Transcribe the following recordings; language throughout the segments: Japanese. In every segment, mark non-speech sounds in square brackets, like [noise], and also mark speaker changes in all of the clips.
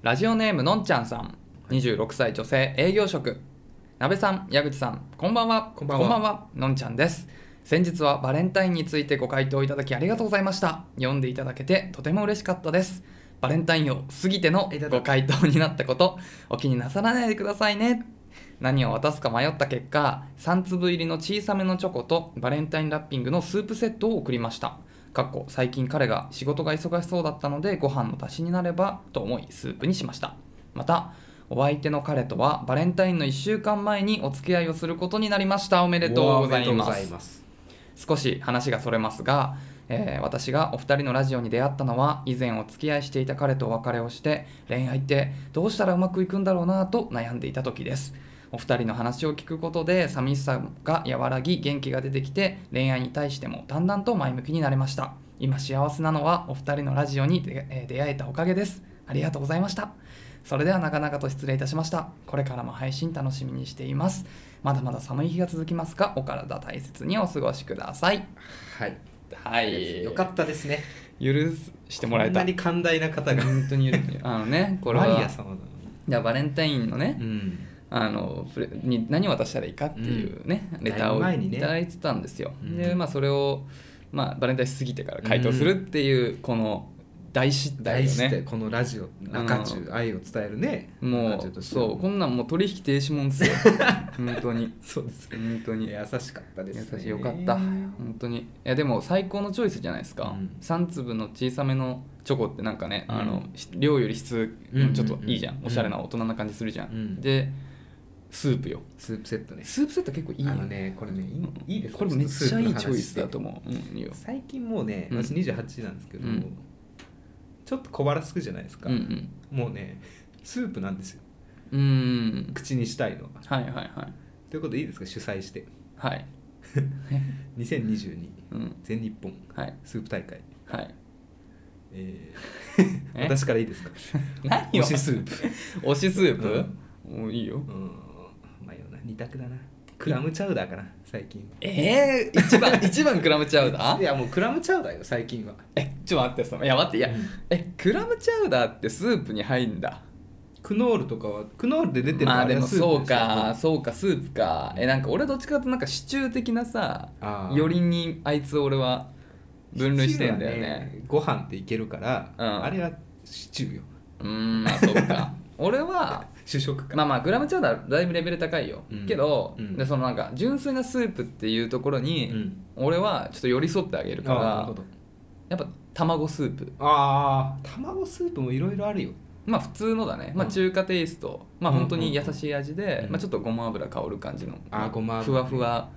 Speaker 1: ラジオネームのんちゃんさん26歳女性営業職鍋さん矢口さんこんばんは
Speaker 2: こんばんは
Speaker 1: のんちゃんです先日はバレンタインについてご回答いただきありがとうございました読んでいただけてとても嬉しかったですバレンタインを過ぎてのご回答になったことお気になさらないでくださいね何を渡すか迷った結果3粒入りの小さめのチョコとバレンタインラッピングのスープセットを送りましたかっこ最近彼が仕事が忙しそうだったのでご飯の足しになればと思いスープにしましたまたお相手の彼とはバレンタインの1週間前にお付き合いをすることになりましたおめでとうございま
Speaker 2: おめですとうございます
Speaker 1: 少し話がそれますが、えー私がお二人のラジオに出会ったのは以前お付き合いしていた彼とお別れをして恋愛ってどうしたらうまくいくんだろうなぁと悩んでいた時ですお二人の話を聞くことで寂しさが和らぎ元気が出てきて恋愛に対してもだんだんと前向きになれました今幸せなのはお二人のラジオに出,、えー出会えたおかげですありがとうございましたそれではなかなかと失礼いたしましたこれからも配信楽しみにしていますまだまだ寒い日が続きますがお体大切にお過ごしください
Speaker 2: はい、
Speaker 1: は
Speaker 2: よかったですね
Speaker 1: 許してもらえた
Speaker 2: こんなに寛大な方が
Speaker 1: 本当に許して [laughs] あのねこれは
Speaker 2: マリア様だな
Speaker 1: じゃあバレンタインのね、
Speaker 2: うん
Speaker 1: あのプレに何を渡したらいいかっていうね、
Speaker 2: うん
Speaker 1: レター
Speaker 2: だいぶ前
Speaker 1: を
Speaker 2: に
Speaker 1: い
Speaker 2: ね
Speaker 1: ただいてたんですよ、
Speaker 2: うん
Speaker 1: でまあそれを、まあ、バレンタイン過ぎてから回答するっていうこの大失態
Speaker 2: 大
Speaker 1: よ
Speaker 2: 事で
Speaker 1: ね
Speaker 2: このラジオ中中愛を伝えるね
Speaker 1: も
Speaker 2: 中
Speaker 1: う
Speaker 2: として
Speaker 1: そうこんなんもう取引停止もん
Speaker 2: [laughs]
Speaker 1: ですよ本当に
Speaker 2: そうですね
Speaker 1: 本当に
Speaker 2: 優しかったですね
Speaker 1: 優しいよかった本当にいやでも最高のチョイスじゃないですか、
Speaker 2: うん
Speaker 1: 3粒の小さめのチョコってなんかね、
Speaker 2: うん
Speaker 1: あのし量より質
Speaker 2: うん
Speaker 1: ちょっといいじゃん,、
Speaker 2: うん
Speaker 1: おしゃれな大人な感じするじゃん、
Speaker 2: うん
Speaker 1: でスープよ
Speaker 2: スープセットね
Speaker 1: スープセット結構いい
Speaker 2: あ
Speaker 1: よ
Speaker 2: のねこれねいいいいです
Speaker 1: これめっちゃいいチョイスだと
Speaker 2: 思
Speaker 1: 思う、うん、いいよ
Speaker 2: 最近もうね
Speaker 1: うん
Speaker 2: 私28なんですけど、
Speaker 1: うん
Speaker 2: ちょっと小腹すくじゃないですか、
Speaker 1: うんうん
Speaker 2: もうねスープなんですよ
Speaker 1: うーん
Speaker 2: 口にしたいのは
Speaker 1: はいはいはい
Speaker 2: ということでいいですか主催して
Speaker 1: はい、 [laughs]
Speaker 2: 2022
Speaker 1: うん、
Speaker 2: 全日本
Speaker 1: はい
Speaker 2: スープ大会、
Speaker 1: はい
Speaker 2: えー
Speaker 1: え
Speaker 2: 私からいいですか
Speaker 1: [laughs] 何
Speaker 2: 推
Speaker 1: よ
Speaker 2: しスープ
Speaker 1: 推しスープ、もういいよ
Speaker 2: うん迷うな二択だなクラムチャウダーかな最近
Speaker 1: えー、一番一番クラムチャウ [laughs] ダー
Speaker 2: いやもうクラムチャウダーよ最近は
Speaker 1: えちょっと待ってそのいや待っていや、
Speaker 2: うん
Speaker 1: えクラムチャウダーってスープに入んだ
Speaker 2: クノールとかはクノールで出てるの
Speaker 1: まあ
Speaker 2: れ
Speaker 1: で
Speaker 2: は
Speaker 1: も
Speaker 2: スープ
Speaker 1: そう
Speaker 2: しょ
Speaker 1: かそうかスープかえなんか俺どっちかというとなんかシチュー的なさ
Speaker 2: あー
Speaker 1: よりにあいつを俺は分類してんだよね
Speaker 2: シチューはご飯っていけるから、
Speaker 1: うん
Speaker 2: あれはシチューよ
Speaker 1: うーんまあそう
Speaker 2: [laughs]
Speaker 1: か俺は
Speaker 2: 主食か、
Speaker 1: まあまあグラムチャウダーだいぶレベル高いよ、
Speaker 2: うん
Speaker 1: けど、
Speaker 2: うん
Speaker 1: でそのなんか純粋なスープっていうところに、
Speaker 2: うん
Speaker 1: 俺はちょっと寄り添ってあげるか
Speaker 2: ああなる
Speaker 1: ら
Speaker 2: ほど
Speaker 1: やっぱ卵スープ
Speaker 2: あー卵スープもいろいろあるよ
Speaker 1: まあ普通のだね、まあ、
Speaker 2: うん
Speaker 1: 中華テイスト、まあ本当に優しい味で、
Speaker 2: うん
Speaker 1: まあ、ちょっとごま油香る感じの
Speaker 2: あーごま
Speaker 1: ふ
Speaker 2: 油
Speaker 1: わふわ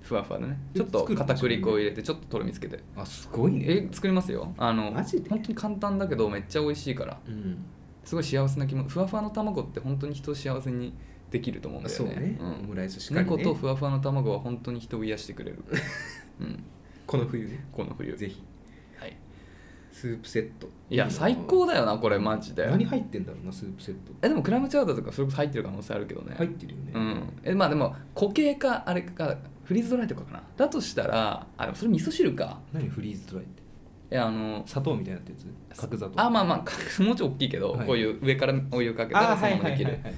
Speaker 1: ふわふわだね
Speaker 2: え
Speaker 1: ちょっと
Speaker 2: 作る
Speaker 1: 片栗粉を入れてちょっととろみつけて
Speaker 2: あすごい
Speaker 1: え作りますよあの
Speaker 2: マジで
Speaker 1: 本当に簡単だけどめっちゃ美味しいから
Speaker 2: うん
Speaker 1: すごい幸せな気もふわふわの卵って本当に人を幸せにできると思うんだよ
Speaker 2: そう
Speaker 1: ね
Speaker 2: ね、オ
Speaker 1: ん
Speaker 2: ムライスしかり、ね、
Speaker 1: 猫とふわふわの卵は本当に人を癒してくれる、
Speaker 2: [laughs]
Speaker 1: うん、
Speaker 2: この冬ね
Speaker 1: この冬
Speaker 2: ぜひ
Speaker 1: はい、
Speaker 2: スープセット
Speaker 1: いや最高だよなこれマジで
Speaker 2: 何入ってんだろうなスープセット
Speaker 1: えでもクラムチャウダーとかそれこそ入ってる可能性あるけどね
Speaker 2: 入ってるよね、
Speaker 1: うん、えまあでも固形かあれかフリーズドライとかかなだとしたらあでもそれ味噌汁か
Speaker 2: 何フリーズドライって
Speaker 1: えあの
Speaker 2: 砂糖みたいになってるやつ角砂糖
Speaker 1: あまあまあか [laughs] もうちょい大きいけど、
Speaker 2: はい
Speaker 1: こういう上からお湯かけた
Speaker 2: あ
Speaker 1: ら
Speaker 2: ー
Speaker 1: そ
Speaker 2: は
Speaker 1: の
Speaker 2: い
Speaker 1: まま
Speaker 2: は
Speaker 1: でき
Speaker 2: いは
Speaker 1: る、
Speaker 2: いはい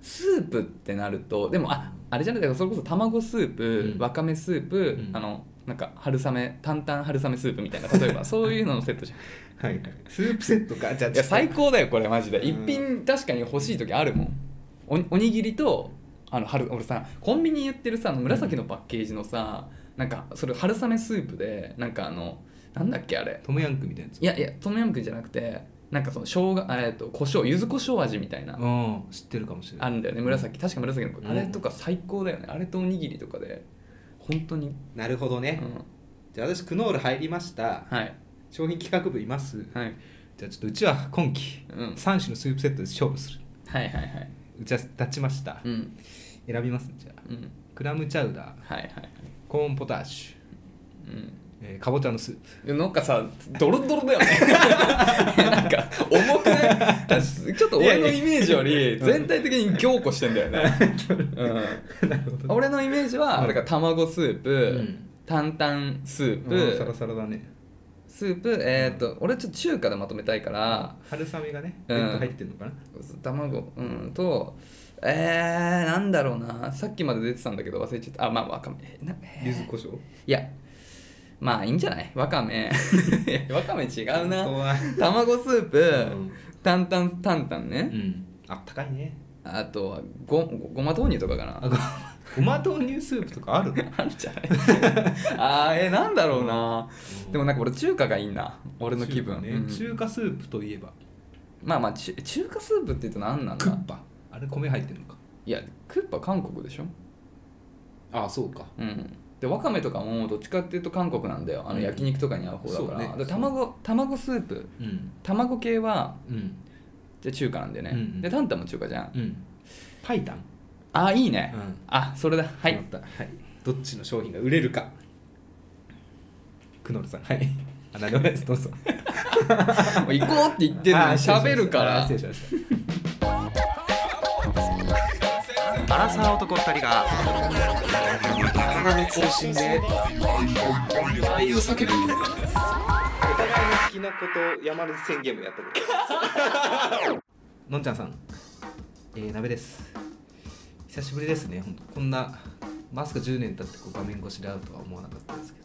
Speaker 1: スープってなるとでもああれじゃないだからそれこそ卵スープ、
Speaker 2: うん
Speaker 1: わかめスープ、
Speaker 2: うん
Speaker 1: あのなんか春雨担々春雨スープみたいな例
Speaker 2: [laughs]
Speaker 1: えばそういうののセットじゃん
Speaker 2: はいはいスープセットかじゃあ
Speaker 1: いや最高だよこれマジで一
Speaker 2: うん
Speaker 1: 品確かに欲しい時あるもんおおにぎりとあの春俺さコンビニに売ってるさあの紫のパッケージのさ、なんかそれ春雨スープでなんかあのなんだっけあれ
Speaker 2: トムヤンクみたいなやつ
Speaker 1: いやいやトムヤムクンじゃなくてなんかその生姜あえっと胡椒柚子胡椒味みたいな、
Speaker 2: うん知ってるかもしれな
Speaker 1: あ
Speaker 2: い
Speaker 1: るんだよね紫確か紫の、
Speaker 2: うん
Speaker 1: あれとか最高だよねあれとおにぎりとかで本当に、
Speaker 2: なるほど
Speaker 1: う
Speaker 2: ね、
Speaker 1: ん、
Speaker 2: じゃあ私クノール入りました
Speaker 1: はい
Speaker 2: 商品企画部います、
Speaker 1: はい、
Speaker 2: じゃあちょっとうちは今期、
Speaker 1: うん
Speaker 2: 3種のスープセットで勝負する
Speaker 1: はいはいはいう
Speaker 2: ちは立ちました、
Speaker 1: うん
Speaker 2: 選びますじゃあ
Speaker 1: うん
Speaker 2: クラムチャウダー
Speaker 1: はいはいはい
Speaker 2: コーンポタージュ、
Speaker 1: うん
Speaker 2: えーかぼちゃのスープ
Speaker 1: なんかさドロドロだよね [laughs] なんか重くないだからすちょっと俺のイメージより全体的に強固してんだよね、
Speaker 2: [laughs] なるほど
Speaker 1: うん、俺のイメージはだから卵スープ、
Speaker 2: うん
Speaker 1: 担々スー
Speaker 2: うん
Speaker 1: プ
Speaker 2: サラサラだね
Speaker 1: スープえーっと俺ちょっと中華でまとめたいから
Speaker 2: 春雨がね
Speaker 1: うん
Speaker 2: 全部入ってるのかな、
Speaker 1: 卵うんとえー、なんだろうなさっきまで出てたんだけど忘れちゃったあまあわかめえなえー
Speaker 2: 柚子胡椒
Speaker 1: いやまあいいんじゃないわかめ [laughs] いやわかめ違う
Speaker 2: 本当
Speaker 1: な
Speaker 2: は
Speaker 1: 卵スー
Speaker 2: うん
Speaker 1: プ担々担々
Speaker 2: う
Speaker 1: ね、
Speaker 2: んあったかいね
Speaker 1: あとはごごごま豆乳とかかな
Speaker 2: あごごま豆乳スープとかあ [laughs] るの
Speaker 1: あるんじゃない [laughs] あーえー、なんだろうな、でもなんか俺中華がいいな俺の気分、
Speaker 2: 中華ね
Speaker 1: うん
Speaker 2: 中華スープといえば
Speaker 1: まあまあち中華スープって言うと何なんだ
Speaker 2: クッパあれ米入ってるのか
Speaker 1: いやクッパ韓国でしょ
Speaker 2: ああそうか
Speaker 1: うんでわかめとかもどっちかっていうと韓国なんだよあの
Speaker 2: うん
Speaker 1: 焼肉とかに合う方だから,、
Speaker 2: そうね
Speaker 1: で卵卵スープ
Speaker 2: うん
Speaker 1: 卵系は
Speaker 2: うん
Speaker 1: じゃあ中華なんだよね、
Speaker 2: うんうん
Speaker 1: でタンタンも中華じゃん
Speaker 2: うんパイタン
Speaker 1: あいいね、
Speaker 2: うん
Speaker 1: あそれだは
Speaker 2: 決
Speaker 1: い
Speaker 2: まったはいどっちの商品が売れるかクノルさんはいあ何でもないですどうぞ
Speaker 1: もう行こうって言ってるのに
Speaker 2: あ失礼しました
Speaker 1: 喋るから
Speaker 2: あ失礼しまし
Speaker 3: アラサー男二人が体に中心で愛を叫ぶ
Speaker 2: たお互いの好きなことを山根宣言もやったことのんちゃんさんえー、鍋です久しぶりですねほんとこんなマスク10年経ってこう画面越しで会うとは思わなかったんですけ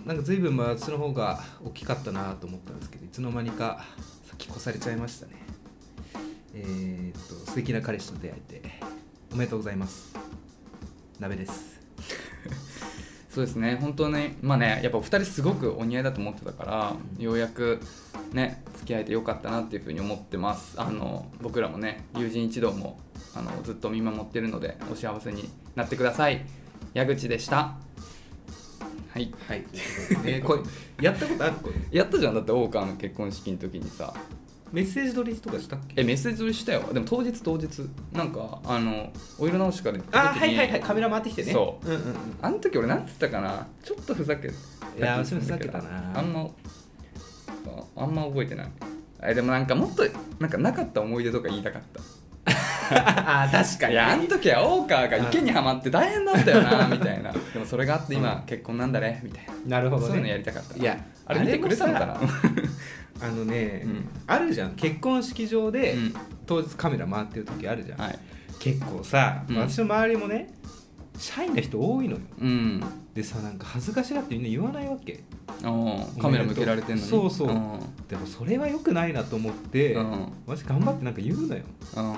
Speaker 2: どなんか随分まあ私の方が大きかったなと思ったんですけどいつの間にか先越されちゃいましたねえー、っと素敵な彼氏と出会えておめでとうございます鍋です
Speaker 1: そうですね本当ねまあねやっぱお二人すごくお似合いだと思ってたから、
Speaker 2: うん
Speaker 1: ようやくね付き合えてよかったなっていうふうに思ってますあの僕らもね友人一同もあのずっと見守ってるのでお幸せになってください矢口でしたはい
Speaker 2: はい、
Speaker 1: [laughs]
Speaker 2: えー、これやったことあるこれ
Speaker 1: やったじゃんだって大川の結婚式の時にさ
Speaker 2: メッセージ撮りとかしたっけ
Speaker 1: えメッセージ撮りしたよでも当日当日なんかあのお色直しから行った
Speaker 2: あ
Speaker 1: 時
Speaker 2: ー
Speaker 1: に
Speaker 2: はいはいはいカメラ回ってきてね、
Speaker 1: そう
Speaker 2: うんうん
Speaker 1: あの時俺なんつったかなちょっとふざけ
Speaker 2: うん、いや私もふざけたな
Speaker 1: あんまああんま覚えてないえでもなんかもっとなんかなかった思い出とか言いたかった
Speaker 2: あー確か
Speaker 1: い
Speaker 2: に
Speaker 1: やあの時は大川が池にはまって大変だったよ
Speaker 2: [laughs]
Speaker 1: なみたいなでもそれがあって今結婚なんだねみたいな
Speaker 2: なるほど
Speaker 1: そういうのや
Speaker 2: ね
Speaker 1: りたかった
Speaker 2: いや
Speaker 1: あれ見てくれたのか
Speaker 2: あ
Speaker 1: な
Speaker 2: れあのね、
Speaker 1: うん
Speaker 2: あるじゃん結婚式場で、
Speaker 1: うん
Speaker 2: 当日カメラ回ってる時あるじゃん、
Speaker 1: はい
Speaker 2: 結構さ、
Speaker 1: うん
Speaker 2: 私の周りもね社員の人多いのよ
Speaker 1: うん
Speaker 2: でさなんか恥ずかしがってみんな言わないわけ
Speaker 1: おーカメラ向けられてんのに
Speaker 2: そうそう
Speaker 1: うん
Speaker 2: でもそれは良くないなと思って、
Speaker 1: うん
Speaker 2: 私頑張ってなんか言うのよ
Speaker 1: うん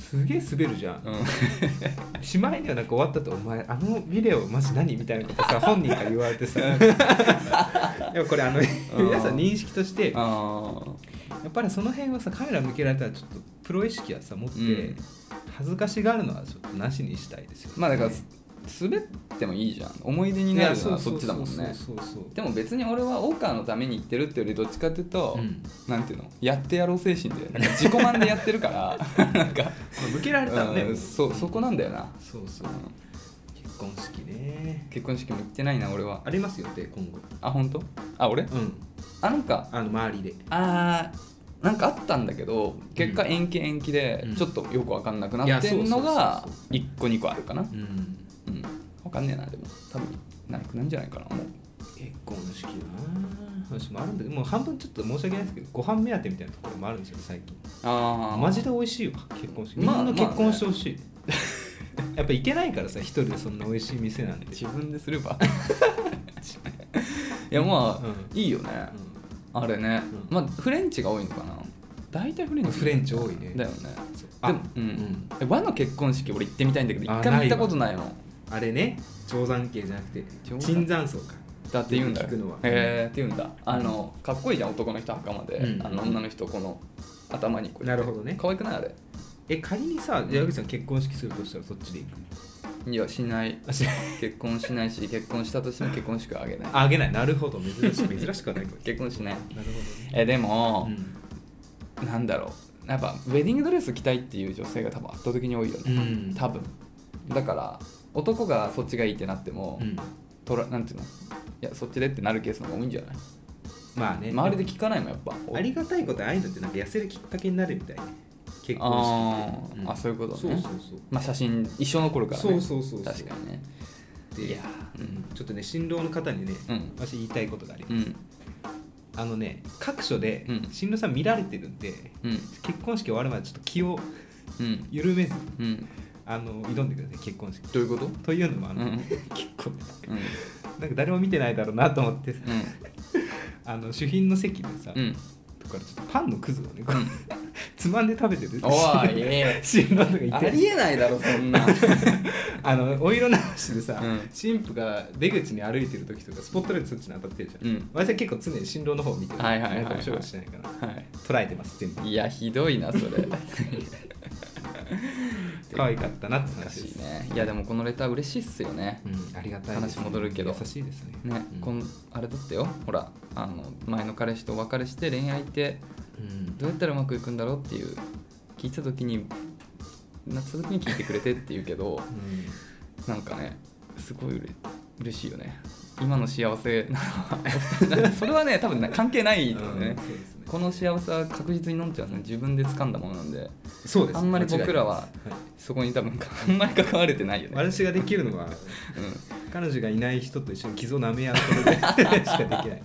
Speaker 2: すげえ滑るじゃん、
Speaker 1: うん
Speaker 2: しまいにはなんか終わったと「お前あのビデオマジ何?」みたいなこと
Speaker 1: [laughs]
Speaker 2: さ本人から言われてさでもこれあの
Speaker 1: うん
Speaker 2: 皆さん認識としてや
Speaker 1: あー
Speaker 2: っぱりその辺はさカメラ向けられたらちょっとプロ意識はさ持って、
Speaker 1: うん
Speaker 2: 恥ずかしがるのはちょっとなしにしたいですよ、ね、
Speaker 1: まあだから
Speaker 2: い
Speaker 1: 滑ってもいいじゃん思い出にな
Speaker 2: や
Speaker 1: るの
Speaker 2: そう
Speaker 1: は
Speaker 2: そ
Speaker 1: そうっちだもんね
Speaker 2: そうそうそう
Speaker 1: でも別に俺は大川のために言ってるっていうよりどっちかっていうと、
Speaker 2: うん
Speaker 1: なんていうのやってやろう精神でなんか自己満でやってるから
Speaker 2: [laughs]
Speaker 1: なんか、
Speaker 2: まあ向けられたらね、
Speaker 1: うんそそこなんだよな、
Speaker 2: そうそううん結婚式ね
Speaker 1: 結婚式も行ってないな俺は
Speaker 2: ありますよって今後
Speaker 1: あ本当あ俺
Speaker 2: うん
Speaker 1: あなんか
Speaker 2: あの周りで
Speaker 1: あーなんかあったんだけど結果延期延期で
Speaker 2: うん
Speaker 1: ちょっとよく分かんなくなってるの
Speaker 2: いや
Speaker 1: が
Speaker 2: そうそうそ
Speaker 1: 1個2個あるかな
Speaker 2: うん
Speaker 1: うん分かんねえなでも多分なくなんじゃないかなもう
Speaker 2: 結婚式な話もあるんだけどもう半分ちょっと申し訳ないですけどご飯目当てみたいなところもあるんですよ最近
Speaker 1: あ
Speaker 2: マジで美味しいわ結婚式みん
Speaker 1: まあ
Speaker 2: な結婚してほしい、 [laughs] やっぱ行けないからさ一人でそんな美味しい店なんて、
Speaker 1: 自分ですれ
Speaker 2: [laughs]
Speaker 1: ばいやまあ、
Speaker 2: う
Speaker 1: いいよね
Speaker 2: う
Speaker 1: あれね、
Speaker 2: うん
Speaker 1: まあフレンチが多いのかな大体フレンチ
Speaker 2: フレンチ多いね
Speaker 1: だよね
Speaker 2: んそう
Speaker 1: で
Speaker 2: あ
Speaker 1: もうん、え和の結婚式俺行ってみたいんだけど
Speaker 2: あ
Speaker 1: 一回も行ったことないの
Speaker 2: あれね定山系じゃなくて
Speaker 1: 定山
Speaker 2: 椿山荘か
Speaker 1: だって言うんだ
Speaker 2: よく聞くのは
Speaker 1: へえって言うんだあのかっこいいじゃん男の人袴で、
Speaker 2: うん
Speaker 1: あの女の人この頭にこうやって
Speaker 2: なるほどね
Speaker 1: 可愛くないあれ
Speaker 2: え仮にさ矢口さん結婚式するとしたらそっちで行く
Speaker 1: いやしない
Speaker 2: あし
Speaker 1: 結婚しないし結婚したとしても結婚式はあげない
Speaker 2: ああげないなるほど珍 [laughs] しい珍しくはないこれ
Speaker 1: 結婚しない
Speaker 2: なるほ
Speaker 1: えでも
Speaker 2: ど、ね
Speaker 1: なんだろうやっぱウェディングドレス着たいっていう女性が多分圧倒的に多いよ
Speaker 2: う
Speaker 1: ね、
Speaker 2: ん
Speaker 1: 多分だから男がそっちがいいってなっても、
Speaker 2: うん
Speaker 1: とらなんていうのいやそっちでってなるケースの方が多いんじゃない
Speaker 2: まあね
Speaker 1: 周りで聞かないもんやっぱ
Speaker 2: ありがたいことああいうのってなんか痩せるきっかけになるみたいね結
Speaker 1: あ
Speaker 2: 婚式って
Speaker 1: ーあそういうことね
Speaker 2: そうそうそう
Speaker 1: まあ写真一緒の頃から
Speaker 2: そ
Speaker 1: ね
Speaker 2: うそうそうそう
Speaker 1: 確かにね
Speaker 2: って
Speaker 1: いや
Speaker 2: うんちょっとね新郎の方にね、
Speaker 1: うん
Speaker 2: 私言いたいことがあります、
Speaker 1: うん
Speaker 2: あのね各所で
Speaker 1: うん
Speaker 2: 新郎さん見られてるんで、
Speaker 1: うん
Speaker 2: 結婚式終わるまでちょっと気を
Speaker 1: うん
Speaker 2: 緩めず
Speaker 1: うん
Speaker 2: あの挑んでください結婚式
Speaker 1: どういうこと
Speaker 2: というのもあの、
Speaker 1: うん
Speaker 2: [laughs] 結構
Speaker 1: うん
Speaker 2: なんか誰も見てないだろうなと思ってさあの主賓の席でさ、
Speaker 1: うんう
Speaker 2: [laughs]
Speaker 1: ん
Speaker 2: とかちょっとパンのくずをねこう [laughs] つまんで食べてる
Speaker 1: おいえ
Speaker 2: 新郎とかい
Speaker 1: あ
Speaker 2: て
Speaker 1: りえないだろそんな
Speaker 2: あのお色直しでさ、
Speaker 1: うん
Speaker 2: 新婦が出口に歩いてる時とかスポットライトそっちに当たってるじゃん、
Speaker 1: うん
Speaker 2: 私は結構常に新郎の方を見てる
Speaker 1: はいはいはいはい
Speaker 2: なんかお仕事してないから
Speaker 1: はい
Speaker 2: 捉えてます全部
Speaker 1: いやひどいなそれ
Speaker 2: 可愛かったなって
Speaker 1: おか
Speaker 2: 話
Speaker 1: しい
Speaker 2: です、
Speaker 1: ねいやでもこのレター嬉しいっすよね
Speaker 2: うん、ありがたいです
Speaker 1: 話戻るけど
Speaker 2: 優しいですね
Speaker 1: ね、
Speaker 2: うん
Speaker 1: こんあれだってよほらあの前の彼氏とお別れして恋愛って
Speaker 2: うん
Speaker 1: どうやったらうまくいくんだろうっていう聞いた時になった時に聞いてくれてっていうけ
Speaker 2: [laughs]
Speaker 1: ど
Speaker 2: うん
Speaker 1: なんかねすごいうれ嬉しいよね今の幸せなのは [laughs] それはね多分ね関係ないと思うんだよ
Speaker 2: うん
Speaker 1: ね
Speaker 2: そうですね
Speaker 1: この幸せは確実にのんちゃんはね自分で掴んだものなんで
Speaker 2: そうです
Speaker 1: あんまり僕らは
Speaker 2: 間違いないで
Speaker 1: そこに多分かあんまり関われてないよ
Speaker 2: す
Speaker 1: ね、
Speaker 2: はい私ができるのは
Speaker 1: う
Speaker 2: 彼女がいない人と一緒に傷を舐め合うことでしかできない
Speaker 1: ん、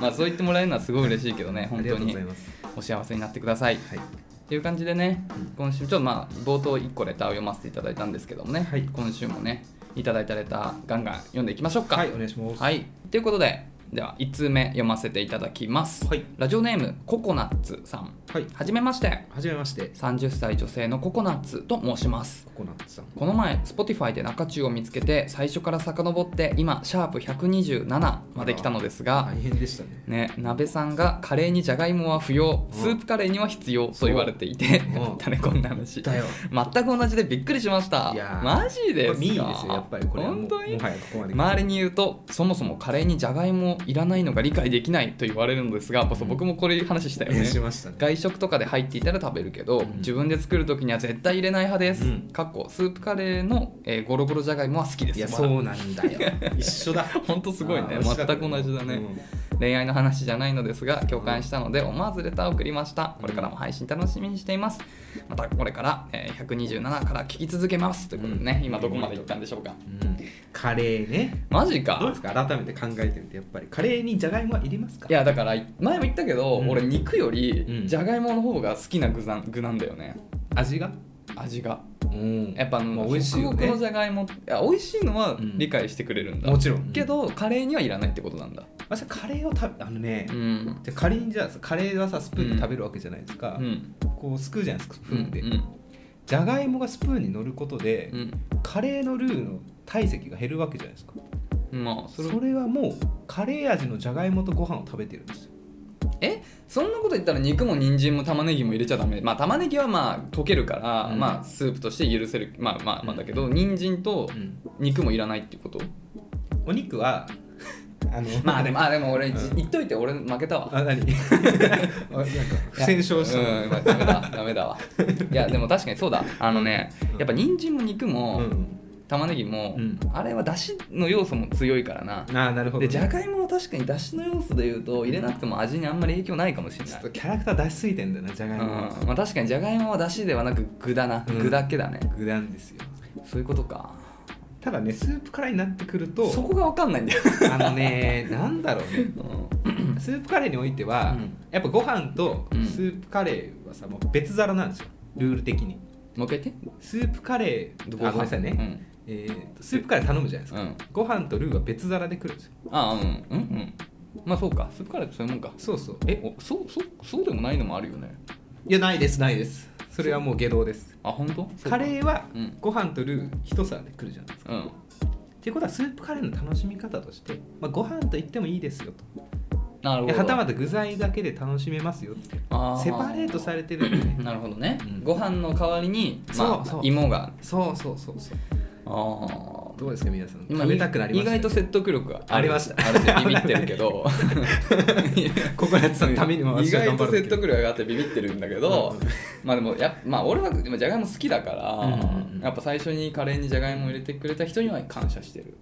Speaker 1: まあそう言ってもらえるのはすごい嬉しいけどね
Speaker 2: あ
Speaker 1: 本
Speaker 2: りが
Speaker 1: 当
Speaker 2: とうご
Speaker 1: に
Speaker 2: ざいます
Speaker 1: お幸せになってください
Speaker 2: はい
Speaker 1: っていう感じでね、
Speaker 2: うん
Speaker 1: 今週ちょっとまあ冒頭1個レターを読ませていただいたんですけどもね、
Speaker 2: はい
Speaker 1: 今週もねいただいたレターガンガン読んでいきましょうか
Speaker 2: はいお願いします
Speaker 1: はいということででは1通目読ませていただきます、
Speaker 2: はい
Speaker 1: ラジオネームココナッツさん
Speaker 2: はい
Speaker 1: はじめまして
Speaker 2: はじめまして
Speaker 1: 30歳女性のココナッツと申します
Speaker 2: ココナッツさん
Speaker 1: この前 Spotify で中中を見つけて最初から遡って今シャープ127まで来たのですが、
Speaker 2: 大変でしたね
Speaker 1: ね、鍋さんがカレーにじゃがいもは不要
Speaker 2: ん
Speaker 1: スープカレーには必要と言われていて
Speaker 2: う
Speaker 1: [laughs]
Speaker 2: ん
Speaker 1: やったねこんな話
Speaker 2: だよ
Speaker 1: 全く同じでびっくりしました
Speaker 2: いやー
Speaker 1: マジです
Speaker 2: こ
Speaker 1: か
Speaker 2: れミーですよやっぱりこれはもう
Speaker 1: 本当に
Speaker 2: もはやここまで
Speaker 1: 周りに言うとそもそもカレーにじゃがいもいらないのが理解できないと言われるのですがそう僕もこれ話したよね、
Speaker 2: えしましたね
Speaker 1: 外食とかで入っていたら食べるけど、
Speaker 2: うん
Speaker 1: 自分で作る時には絶対入れない派です、
Speaker 2: うん
Speaker 1: かっこスープカレーの、えーゴロゴロじゃがいもは好きです
Speaker 2: いやそうなんだよ一緒だ
Speaker 1: 本当すごいね
Speaker 2: あー
Speaker 1: 全く同じだね、恋愛の話じゃないのですが共感したので思わずレターを送りましたこれからも配信楽しみにしていますまたこれから、えー127から聞き続けますということでね、
Speaker 2: うん
Speaker 1: 今どこまで行ったんでしょうか
Speaker 2: うんうんカレーね
Speaker 1: マジ
Speaker 2: どうで
Speaker 1: か
Speaker 2: すか改めて考えてみてやっぱりカレーにじゃがいもはいりますか
Speaker 1: いやだから前も言ったけど、
Speaker 2: うん
Speaker 1: 俺肉より
Speaker 2: うん
Speaker 1: じゃがいもの方が好きな具なん具なんだよね
Speaker 2: 味が
Speaker 1: 味が
Speaker 2: うん
Speaker 1: やっぱあの、
Speaker 2: まあ美味しいよ
Speaker 1: 北国のじ
Speaker 2: ね
Speaker 1: ゃがいもいや美味しいのは
Speaker 2: うん
Speaker 1: 理解してくれるんだ、
Speaker 2: もちろん
Speaker 1: けどカレーにはいらないってことなんだ
Speaker 2: 私はカレーを食べあのね
Speaker 1: うん
Speaker 2: じゃあ仮にじゃあさカレーはさスプーンで食べるわけじゃないですか
Speaker 1: うん
Speaker 2: こうすくうじゃないですかスプ
Speaker 1: う
Speaker 2: ーン
Speaker 1: ん
Speaker 2: で
Speaker 1: うん
Speaker 2: じゃがいもがスプーンに乗ることで
Speaker 1: うん
Speaker 2: カレーのルーの体積が減るわけじゃないですか
Speaker 1: まあそ
Speaker 2: そ
Speaker 1: れ
Speaker 2: れはもうカレー味のじゃがいもとご飯を食べてるんですよ
Speaker 1: えそんなこと言ったら肉も人参も玉ねぎも入れちゃダメまあ玉ねぎはまあ溶けるから、
Speaker 2: うん
Speaker 1: まあスープとして許せるまあまあまあだけど、人参と肉もいらないっていうこと
Speaker 2: お肉は [laughs] あの
Speaker 1: まあでもあでも俺、
Speaker 2: うん
Speaker 1: 言っといて俺負けたわ
Speaker 2: [laughs] あ何 [laughs] あなんか不戦勝した
Speaker 1: う
Speaker 2: の
Speaker 1: ん、まあ、ダメだダメだわいやでも確かにそうだあのねやっぱ人参も肉も、
Speaker 2: うん
Speaker 1: 玉ねぎも、
Speaker 2: うん
Speaker 1: あれはだしの要素も強いからな、
Speaker 2: ああなるほど
Speaker 1: でじゃがいもは確かにだしの要素でいうと入れなくても味にあんまり影響ないかもしれ
Speaker 2: ちょ
Speaker 1: な
Speaker 2: っ
Speaker 1: い
Speaker 2: とキャラクター出しすぎてんだよなじゃが
Speaker 1: う
Speaker 2: い
Speaker 1: ん
Speaker 2: も
Speaker 1: ま
Speaker 2: は
Speaker 1: あ、確かにじゃがいもはだしではなく具だな、
Speaker 2: うん
Speaker 1: 具だけだね
Speaker 2: 具なんですよ
Speaker 1: そういうことか
Speaker 2: ただねスープカレーになってくると
Speaker 1: そこが分かんないんだよ、
Speaker 2: あのねなんだろうねスープカレーにおいては、
Speaker 1: うん
Speaker 2: やっぱご飯とス
Speaker 1: うん
Speaker 2: ープカレーはさもう別皿なんですよルール的に
Speaker 1: もう一回言って
Speaker 2: スープカレー
Speaker 1: ご飯
Speaker 2: あごめんなさいね、えーとスープカレー頼むじゃないです
Speaker 1: うん、う
Speaker 2: か、
Speaker 1: ん、
Speaker 2: ご飯とルーは別皿で来るんですよ
Speaker 1: あうんうんうんまあそうかスープカレーってそういうもんか
Speaker 2: そうそう
Speaker 1: えおそうそうそうでもないのもあるよね
Speaker 2: いやないですないですそれはもう下道です
Speaker 1: あ本当
Speaker 2: カレーは
Speaker 1: うん
Speaker 2: ご飯とルー一皿で来るじゃないですか、
Speaker 1: ーうん
Speaker 2: っていうことはスープカレーの楽しみ方として、まあ、ご飯と言ってもいいですよと
Speaker 1: なるほ
Speaker 2: で
Speaker 1: ど
Speaker 2: はたまた具材だけで楽しめますよって
Speaker 1: あー
Speaker 2: セパレートされてるんでね
Speaker 1: なるほどね、
Speaker 2: うん
Speaker 1: ご飯の代わりに、まあ、
Speaker 2: そうそう
Speaker 1: 芋が
Speaker 2: そうそうそうそう
Speaker 1: ああ
Speaker 2: どうですか皆さん食べたくなりま
Speaker 1: 意
Speaker 2: した
Speaker 1: 外と説得力が
Speaker 2: ありました
Speaker 1: あれでビビってるけ
Speaker 2: [laughs]
Speaker 1: ど
Speaker 2: ココナッツさんのためにも
Speaker 1: 意
Speaker 2: 私は
Speaker 1: 外
Speaker 2: 頑張
Speaker 1: と
Speaker 2: るけ
Speaker 1: 説
Speaker 2: ど
Speaker 1: 得力があってビビってるんだけど
Speaker 2: うん
Speaker 1: まあでもやっまあ俺はでもじゃがいも好きだから、
Speaker 2: うんうんうん
Speaker 1: やっぱ最初にカレーにじゃがいもを入れてくれた人には感謝してる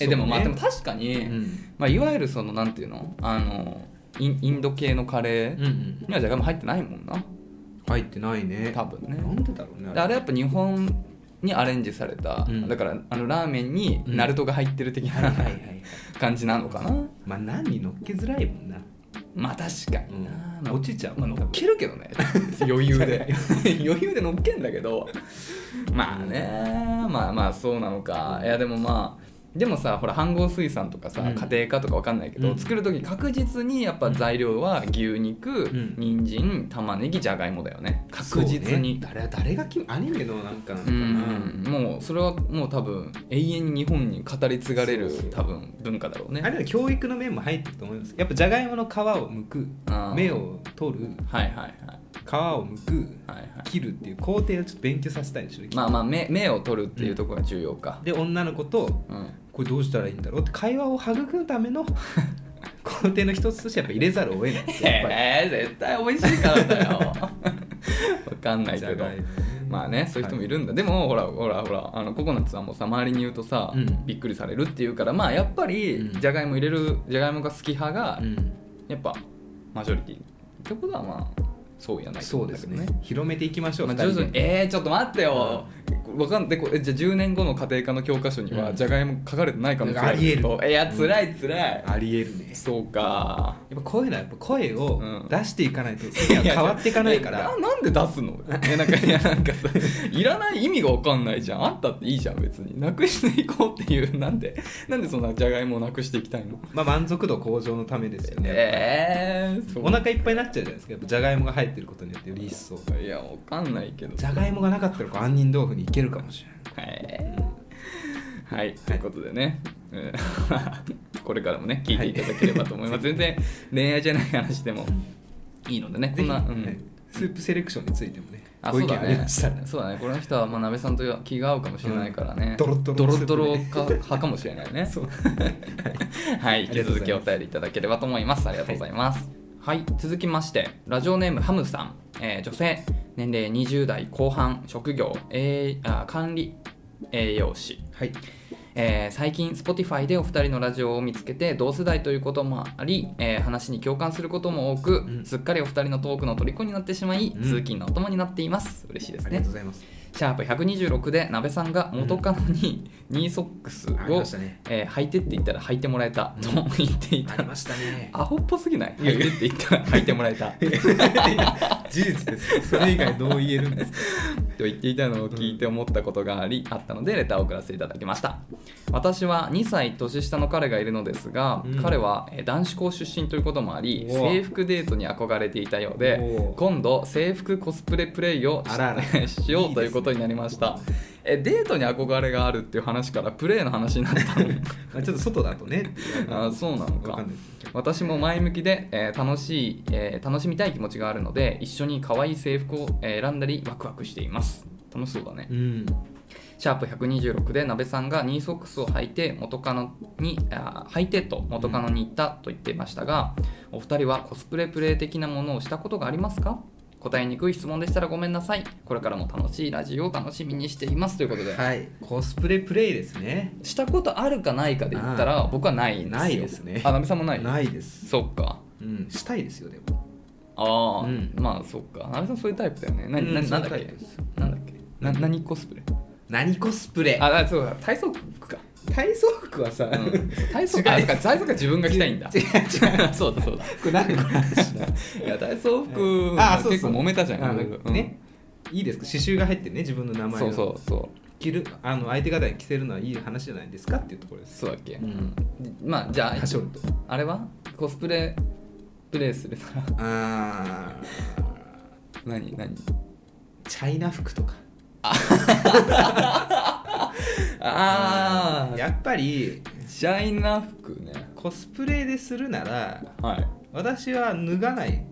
Speaker 1: え、
Speaker 2: そうね
Speaker 1: でもまあでも確かに、
Speaker 2: うん
Speaker 1: まあ、いわゆるそのなんていうのあのインインド系のカレ
Speaker 2: うんう
Speaker 1: ー
Speaker 2: ん
Speaker 1: にはじゃがいも入ってないもんな
Speaker 2: 入ってないね
Speaker 1: 多分ね
Speaker 2: なんでだろうね
Speaker 1: であれやっぱ日本にアレンジされた、
Speaker 2: うん
Speaker 1: だからあのラーメンに
Speaker 2: うん
Speaker 1: ナルトが入ってる的
Speaker 2: はい
Speaker 1: な、
Speaker 2: はいはいはい
Speaker 1: [laughs] 感じなのかな
Speaker 2: まあ何に乗っけづらいもんな、
Speaker 1: まあ確かにな、
Speaker 2: うん
Speaker 1: まあ
Speaker 2: 落ちちゃう
Speaker 1: まあ、乗っけるけど
Speaker 2: [laughs]
Speaker 1: ね余裕で [laughs] 余裕で乗っけんだけどまあねまあまあそうなのかいやでもまあでもさほら飯合水産とかさ、
Speaker 2: うん
Speaker 1: 家庭科とかわかんないけど、
Speaker 2: うん
Speaker 1: 作る時確実にやっぱ材料は牛肉、
Speaker 2: ん
Speaker 1: 人参玉ねぎじゃがいもだよね確実に
Speaker 2: そうね誰誰が決めアニメのなんかなの
Speaker 1: う
Speaker 2: かな、
Speaker 1: ん、もうそれはもう多分永遠に日本に語り継がれる
Speaker 2: そうそう
Speaker 1: 多分文化だろうね
Speaker 2: あれは教育の面も入ってると思いますやっぱじゃがいもの皮を剥く
Speaker 1: あー
Speaker 2: 芽を取る
Speaker 1: はいはいはい
Speaker 2: 皮を剥く
Speaker 1: はいはい
Speaker 2: 切るっていう工程をちょっと勉強させたいでしょ、
Speaker 1: まあまあ目目を取るっていうところが重要か、
Speaker 2: で女の子と
Speaker 1: うん、
Speaker 2: これどうしたらいいんだろうって会話を育むため
Speaker 1: [laughs]
Speaker 2: の工程の一つとしてやっぱ入れざるを得ないですよやっぱり
Speaker 1: えー、絶対美味しいからだよ [laughs] わかんないけどまあねそういう人もい
Speaker 2: る、
Speaker 1: るんだ、でもほらほらほらあのココナッツさんもさ周りに言うとさ、
Speaker 2: うん
Speaker 1: びっくりされるっていうからまあやっぱり
Speaker 2: うん
Speaker 1: じゃがいも入れるじゃがいもが好き派が、
Speaker 2: はいうん
Speaker 1: やっぱマジョリティってことはまあそうやないと
Speaker 2: そ
Speaker 1: 思
Speaker 2: うんで
Speaker 1: だ
Speaker 2: す
Speaker 1: けど
Speaker 2: ね広めていきましょう、
Speaker 1: まあ、
Speaker 2: 二人
Speaker 1: 徐
Speaker 2: で
Speaker 1: 々にえー、ちょっと待ってよ、わかんでこえじゃあ10年後の家庭科の教科書には
Speaker 2: うん
Speaker 1: じゃがいも書かれてないかもしれないけど
Speaker 2: ありえる
Speaker 1: いや辛い辛い、
Speaker 2: ありえるね
Speaker 1: そうか
Speaker 2: やっぱこういうのはやっぱ声を
Speaker 1: うん
Speaker 2: 出していか
Speaker 1: [laughs]
Speaker 2: ないと次は変わっていかないから
Speaker 1: えななんで出すの [laughs] えなんかいやなんかさいらない意味が分かんないじゃんあったっていいじゃん別になくしていこうっていうなんでなんでそんなじゃがいもをなくしていきたいの
Speaker 2: まあ、満足度向上のためですよね、
Speaker 1: えー、そう
Speaker 2: お腹いっぱいになっちゃうじゃないですかやっぱじゃがいもが入ってることによってより一層
Speaker 1: いや分かんないけど
Speaker 2: じゃがいもがなかったらこう杏仁豆腐にいけるかもしれない
Speaker 1: はい、はい、ということでね、うん [laughs] これからもね聞いていただければと思います、全然恋愛じゃない話でもいいのでねこ
Speaker 2: ぜ
Speaker 1: ん
Speaker 2: ひ
Speaker 1: な、う
Speaker 2: はい
Speaker 1: ん、
Speaker 2: スープセレクションについてもね
Speaker 1: あ
Speaker 2: ご
Speaker 1: そ
Speaker 2: 意
Speaker 1: う
Speaker 2: 見
Speaker 1: だ
Speaker 2: あり
Speaker 1: ね
Speaker 2: ましたら
Speaker 1: そうだねこの人 [laughs] はまあ鍋さんと気が合うかもしれないからね、
Speaker 2: うんドロッドロのスープね
Speaker 1: ドロドロか派かもしれない
Speaker 2: [laughs]
Speaker 1: ねはい引き続きお便りいただければと思いますありがとうございますはい、続きましてラジオネームハムさん、えー女性年齢20代後半職業、えー、あ管理栄養士
Speaker 2: はい
Speaker 1: えー最近 Spotify でお二人のラジオを見つけて同世代ということもあり、えー話に共感することも多く、
Speaker 2: うん
Speaker 1: すっかりお二人のトークの虜になってしまい、
Speaker 2: うん
Speaker 1: 通勤のお供になっています嬉しいです
Speaker 2: ありが
Speaker 1: ね
Speaker 2: とうございます
Speaker 1: シャープ126で鍋さんが元カノにニーソックス
Speaker 2: あり
Speaker 1: を
Speaker 2: まし、たね
Speaker 1: えー履いてって言ったら履いてもらえたと
Speaker 2: うん
Speaker 1: 言ってい
Speaker 2: あ
Speaker 1: た、
Speaker 2: りました
Speaker 1: [laughs]
Speaker 2: ね
Speaker 1: アホっぽすぎない履いてって言ったら履いてもらえたと
Speaker 2: [laughs] 事実ですそれ以外どう言えるんですか
Speaker 1: 言っていたのを聞いて思ったことがあり、あったのでレターを送らせていただきました私は2歳年下の彼がいるのですが、
Speaker 2: うん
Speaker 1: 彼はえー男子校出身ということもあり
Speaker 2: うわ
Speaker 1: 制服デートに憧れていたようで
Speaker 2: おう
Speaker 1: 今度制服コスプレプレイをし
Speaker 2: あらあら
Speaker 1: しようということになりましたえデートに憧れがあるっていう話からプレイの話になった
Speaker 2: [laughs]
Speaker 1: の
Speaker 2: まあちょっと外だとねっていう
Speaker 1: あそうなのか
Speaker 2: わかんない
Speaker 1: 私も前向きで、えー楽しい、えー楽しみたい気持ちがあるので一緒に可愛い制服をえー選んだりワクワクしています楽しそうだね
Speaker 2: うん
Speaker 1: シャープ126で鍋さんがニーソックスを履いて元カノにあ履いてと元カノに行ったと言っていましたが、お二人はコスプレプレイ的なものをしたことがありますか答えにくい質問でしたらごめんなさいこれからも楽しいラジオを楽しみにしていますということで、
Speaker 2: はいコスプレプレイですね
Speaker 1: したことあるかないかで言ったら僕はないんですよ
Speaker 2: ないですね
Speaker 1: あ鍋さんもない
Speaker 2: ないです
Speaker 1: そっか
Speaker 2: うんしたいですよでも
Speaker 1: ああ、
Speaker 2: うん
Speaker 1: まあそっか鍋さんそういうタイプだよねな、
Speaker 2: うん
Speaker 1: な
Speaker 2: そ
Speaker 1: な
Speaker 2: うんいう
Speaker 1: だっ
Speaker 2: タイ
Speaker 1: け
Speaker 2: プです
Speaker 1: なんだっけな何コスプレ
Speaker 2: 何コスプレ
Speaker 1: ああそうだ体操服か
Speaker 2: 体操服はさ、
Speaker 1: う
Speaker 2: [laughs]
Speaker 1: ん体操
Speaker 2: 違
Speaker 1: 服
Speaker 2: う
Speaker 1: あそうか体操服は自分が着たいんだ
Speaker 2: 違う
Speaker 1: 違う [laughs] そうだそうだ
Speaker 2: これ何の話だ
Speaker 1: いや体操服
Speaker 2: あそうそう
Speaker 1: 結構揉めたじゃん
Speaker 2: あの
Speaker 1: なんか
Speaker 2: ねいいですか刺繍が入ってね自分の名
Speaker 1: うん
Speaker 2: 前
Speaker 1: そ
Speaker 2: を
Speaker 1: うそうそう
Speaker 2: 着るあの相手方に着せるのはいい話じゃないですかっていうところです
Speaker 1: そうだっけ、
Speaker 2: ん
Speaker 1: まあじゃあ
Speaker 2: はしょると
Speaker 1: あれはコスプレプレイするなら
Speaker 2: あ
Speaker 1: 何何
Speaker 2: ーチャイナ服とか
Speaker 1: ああ
Speaker 2: やっぱり
Speaker 1: シャイナ服ね
Speaker 2: コスプレでするなら
Speaker 1: はい
Speaker 2: 私は脱がない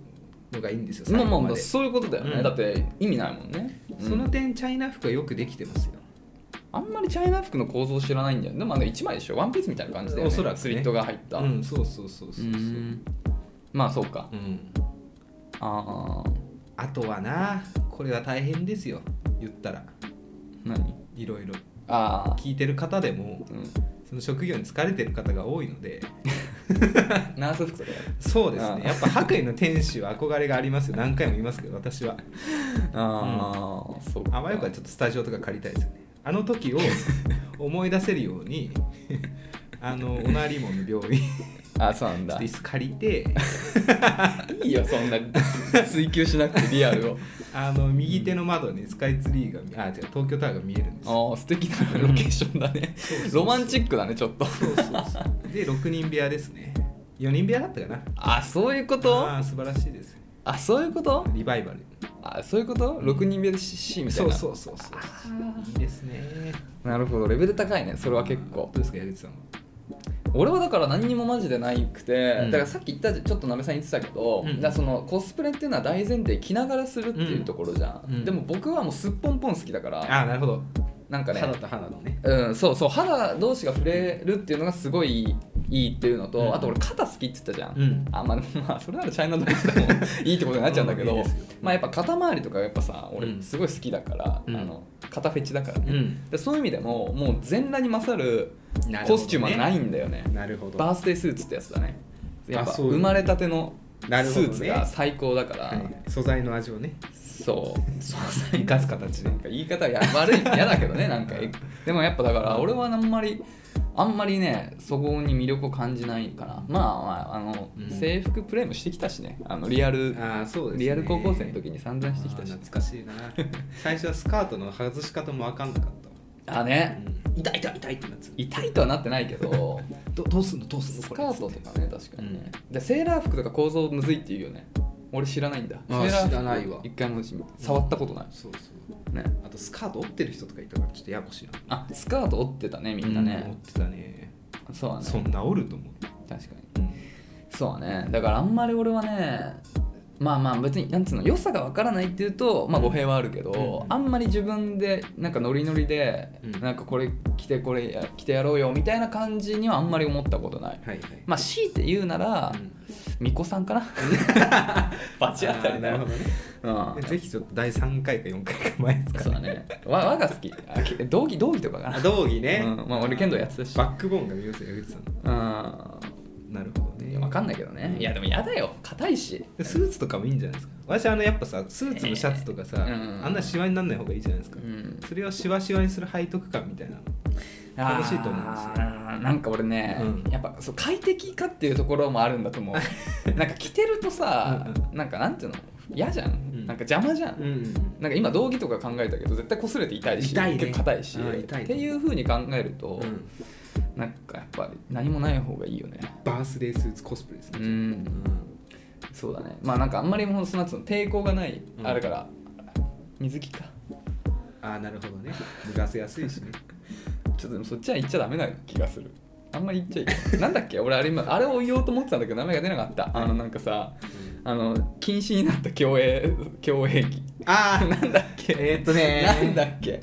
Speaker 2: のがいいんです
Speaker 1: まあ
Speaker 2: よ最後
Speaker 1: ま
Speaker 2: ま
Speaker 1: あ
Speaker 2: でそ
Speaker 1: そういうことだよね、
Speaker 2: うん
Speaker 1: だって意味ないもんね、うん
Speaker 2: の点チャイナ服はよくできてますよ
Speaker 1: あんまりチャイナ服の構造知らないんだよでもあの1枚でしょワンピースみたいな感じで、ね、
Speaker 2: おそらくね
Speaker 1: スリットが入った、
Speaker 2: うんそうそうそう
Speaker 1: う
Speaker 2: そうそううん
Speaker 1: んまあそうか、ああ
Speaker 2: あとはなこれは大変ですよ言ったら
Speaker 1: 何
Speaker 2: いろいろ
Speaker 1: ああ
Speaker 2: 聞いてる方でも
Speaker 1: うん
Speaker 2: その職業に疲れてる方が多いので
Speaker 1: ナース服とか
Speaker 2: そうです
Speaker 1: あ
Speaker 2: ねやっぱ白衣の天使は憧れがありますよ何回も言いますけど私は
Speaker 1: ああ、そうか
Speaker 2: あわよくはちょっとスタジオとか借りたいですよねあの時を思い出せるように [laughs] あのおなりもの病院
Speaker 1: あそうなんだ
Speaker 2: 椅子借りて
Speaker 1: いいよそんな追求しなくてリアルを
Speaker 2: あの右手の窓にスカイツリーが見あ違う東京タワーが見えるんです
Speaker 1: [laughs]
Speaker 2: よ
Speaker 1: ああ素敵なロケーションだね、ロマンチックだねちょっと
Speaker 2: そうそうそうで6人部屋ですね4人部屋だったかな
Speaker 1: あそういうこと
Speaker 2: あ
Speaker 1: あ
Speaker 2: あ素晴らしいです
Speaker 1: そういうこと
Speaker 2: リバイバル
Speaker 1: あそういうこと6人目で C みたい
Speaker 2: そう
Speaker 1: な
Speaker 2: そうそうそういいですね
Speaker 1: なるほどレベル高いねそれは結構
Speaker 2: どうですか矢口さんは
Speaker 1: 俺はだから何にもマジでないくて、
Speaker 2: うん
Speaker 1: だからさっき言ったちょっとなべさん言ってたけど、
Speaker 2: うん
Speaker 1: だからそのコスプレっていうのは大前提着ながらするっていうところじゃん、
Speaker 2: うんうん
Speaker 1: でも僕はもうすっぽんぽん好きだから
Speaker 2: ああなるほど
Speaker 1: なんかね
Speaker 2: 肌と肌のね
Speaker 1: うん、そうそう肌同士が触れるっていうのがすごいいいっていうのと、
Speaker 2: うん
Speaker 1: あと俺肩好きって言ったじゃん、
Speaker 2: うん
Speaker 1: あまあ、でもまあそれならチャイナドレスでもいいってことになっちゃうんだけど、
Speaker 2: うんいいですよ
Speaker 1: まあやっぱ肩周りとかやっぱさ俺すごい好きだから、
Speaker 2: うん
Speaker 1: あの肩フェチだからね、
Speaker 2: ん
Speaker 1: でそういう意味でももう全裸に勝る
Speaker 2: なるほど
Speaker 1: コ
Speaker 2: ね
Speaker 1: スチュームはないんだよね
Speaker 2: なるほど
Speaker 1: バースデースーツってやつだねやっぱ
Speaker 2: あそう
Speaker 1: 生まれたてのス
Speaker 2: なるほどね
Speaker 1: ーツが最高だから、
Speaker 2: はい素材の味をね
Speaker 1: そうそう
Speaker 2: 生かす形で
Speaker 1: なんか言い方が悪い嫌だけ
Speaker 2: [laughs]
Speaker 1: どねなんかでもやっぱだから俺はあんまりあんまりねそこに魅力を感じないかなまあまああの、
Speaker 2: うん
Speaker 1: 制服プレイもしてきたしねあのリアル
Speaker 2: ああそうですね
Speaker 1: リアル高校生の時に散々してき
Speaker 2: あ
Speaker 1: た
Speaker 2: ー
Speaker 1: し
Speaker 2: 懐かしいな [laughs] 最初はスカートの外し方も分かんなかったわ
Speaker 1: あね、
Speaker 2: うん痛い痛い痛いってなっちゃ
Speaker 1: 痛いとはなってないけど
Speaker 2: うどどうすんのどうすんの
Speaker 1: ス
Speaker 2: こ
Speaker 1: カ
Speaker 2: れ
Speaker 1: ートとかね確かにね、でセーラー服とか構造むずいって言うよね俺知らないんだ
Speaker 2: あ
Speaker 1: セーラー服
Speaker 2: 知らないわ
Speaker 1: 一回も触ったことない、
Speaker 2: そうそう
Speaker 1: ね
Speaker 2: あとスカート折ってる人とかいたからちょっとややこしいな
Speaker 1: あスカート折ってたねみんな
Speaker 2: う折
Speaker 1: ね
Speaker 2: っ、てたね
Speaker 1: そうだね
Speaker 2: そんな折ると思って
Speaker 1: 確かに
Speaker 2: うん
Speaker 1: そうねだからあんまり俺はねまあまあ別になんつうの良さがわからないっていうとまあ語弊はあるけど、
Speaker 2: うん
Speaker 1: あんまり自分でなんかノリノリで、
Speaker 2: うん
Speaker 1: なんかこれ着てこれや着てやろうよみたいな感じにはあんまり思ったことない
Speaker 2: はいはい
Speaker 1: まあ強いて言うなら、巫女さんかな
Speaker 2: [laughs]
Speaker 1: バチ当たりだ
Speaker 2: なる
Speaker 1: よ
Speaker 2: ほ、どね
Speaker 1: うん、
Speaker 2: ぜひちょっと第3回か4回か前です
Speaker 1: そ
Speaker 2: か
Speaker 1: うだねわ和が好きあけ道着道着とかかな
Speaker 2: [laughs] あ道着ね、
Speaker 1: うんまあ俺剣道やってたし
Speaker 2: バックボーンが見えますよ矢口さんの
Speaker 1: う
Speaker 2: なるほど
Speaker 1: んい
Speaker 2: ね
Speaker 1: やわかんないけどねいやでもやだよ硬いし
Speaker 2: でスーツとかもいいんじゃないですか私あのやっぱさスーツのシャツとかさ、
Speaker 1: えーうん
Speaker 2: あんなシワにならない方がいいじゃないですか、
Speaker 1: うん
Speaker 2: それをシワシワにする背徳感みたいなの楽しいと思うんですよ
Speaker 1: あーなんか俺ね、
Speaker 2: うん
Speaker 1: やっぱそう快適かっていうところもあるんだと思う
Speaker 2: [laughs]
Speaker 1: なんか着てるとさ
Speaker 2: うん
Speaker 1: なんかなんていうの嫌じゃん、
Speaker 2: ん
Speaker 1: なんか邪魔じゃん、
Speaker 2: ん
Speaker 1: なんか今道着とか考えたけど絶対擦れて痛いし
Speaker 2: 痛いね
Speaker 1: 結構硬いし
Speaker 2: うん痛い
Speaker 1: っていうふうに考えると、
Speaker 2: うん
Speaker 1: なんかやっぱり何もない方がいいよね
Speaker 2: バースデースーツコスプレです
Speaker 1: う
Speaker 2: ね、
Speaker 1: んそうだねまあなんかあんまりもうそのその抵抗がない、
Speaker 2: うん
Speaker 1: あるから水着か
Speaker 2: ああなるほどね脱がせやすいしね
Speaker 1: ちょっとでもそっちは言っちゃダメな気がするあんまり言っちゃいけないなんだっけ俺あれ今あれを言おうと思ってたんだけど名前が出なかったあのなんかさあの禁止になった競泳競泳着
Speaker 2: ああ
Speaker 1: なんだっけ
Speaker 2: えーっとねー
Speaker 1: なんだっけ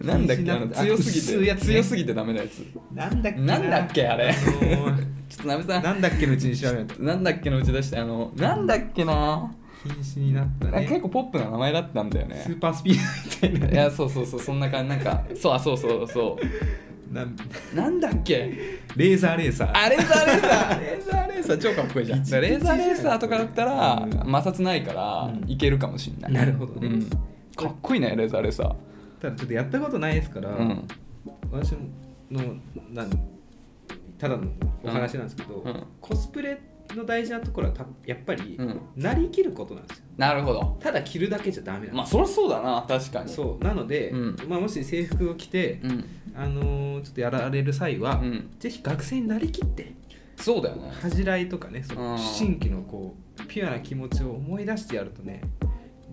Speaker 1: なんだっ
Speaker 2: 禁止に
Speaker 1: け
Speaker 2: な
Speaker 1: あ
Speaker 2: った
Speaker 1: の強す
Speaker 2: 薄
Speaker 1: ぎ
Speaker 2: い
Speaker 1: て
Speaker 2: やつね
Speaker 1: 強すぎてダメなやつ
Speaker 2: なんだっけ
Speaker 1: なんだっけあれ
Speaker 2: あのー
Speaker 1: ちょっとなべさん
Speaker 2: なんだっけのうちに調べないと
Speaker 1: なんだっけのうち出してあのなんだっけな
Speaker 2: 禁止になった
Speaker 1: なんか結
Speaker 2: ね
Speaker 1: 構ポップな名前だったんだよ
Speaker 2: ス
Speaker 1: ね
Speaker 2: ーパースピードみたいない
Speaker 1: やそうそうそうそんな感じなんかそうあそうそうそ
Speaker 2: なん
Speaker 1: うなんだっけ
Speaker 2: レーザーレーサー
Speaker 1: あレーザーレーサーレーザーレーサー超かっこいいじゃん
Speaker 2: 一日
Speaker 1: レーザーレーサーとかだったら
Speaker 2: うん
Speaker 1: 摩擦ないから
Speaker 2: うん
Speaker 1: いけるかもしんない、
Speaker 2: なるほどね
Speaker 1: うんかっこいいねレーザーレーサー
Speaker 2: ただちょっとやったことないですから、
Speaker 1: うん
Speaker 2: 私のなんただのお話なんですけど、
Speaker 1: うんうん
Speaker 2: コスプレの大事なところはたやっぱり、
Speaker 1: うん
Speaker 2: なりきることなんですよ
Speaker 1: なるほど
Speaker 2: ただ着るだけじゃダメなんです、
Speaker 1: まあそりゃそうだな確かに
Speaker 2: そうなので、
Speaker 1: うん
Speaker 2: まあ、もし制服を着て、
Speaker 1: うん、
Speaker 2: あのーちょっとやられる際は、
Speaker 1: うん、
Speaker 2: ぜひ学生になりきって
Speaker 1: そうだよね
Speaker 2: 恥じらいとかねそ
Speaker 1: うん
Speaker 2: の思春期のこうピュアな気持ちを思い出してやるとね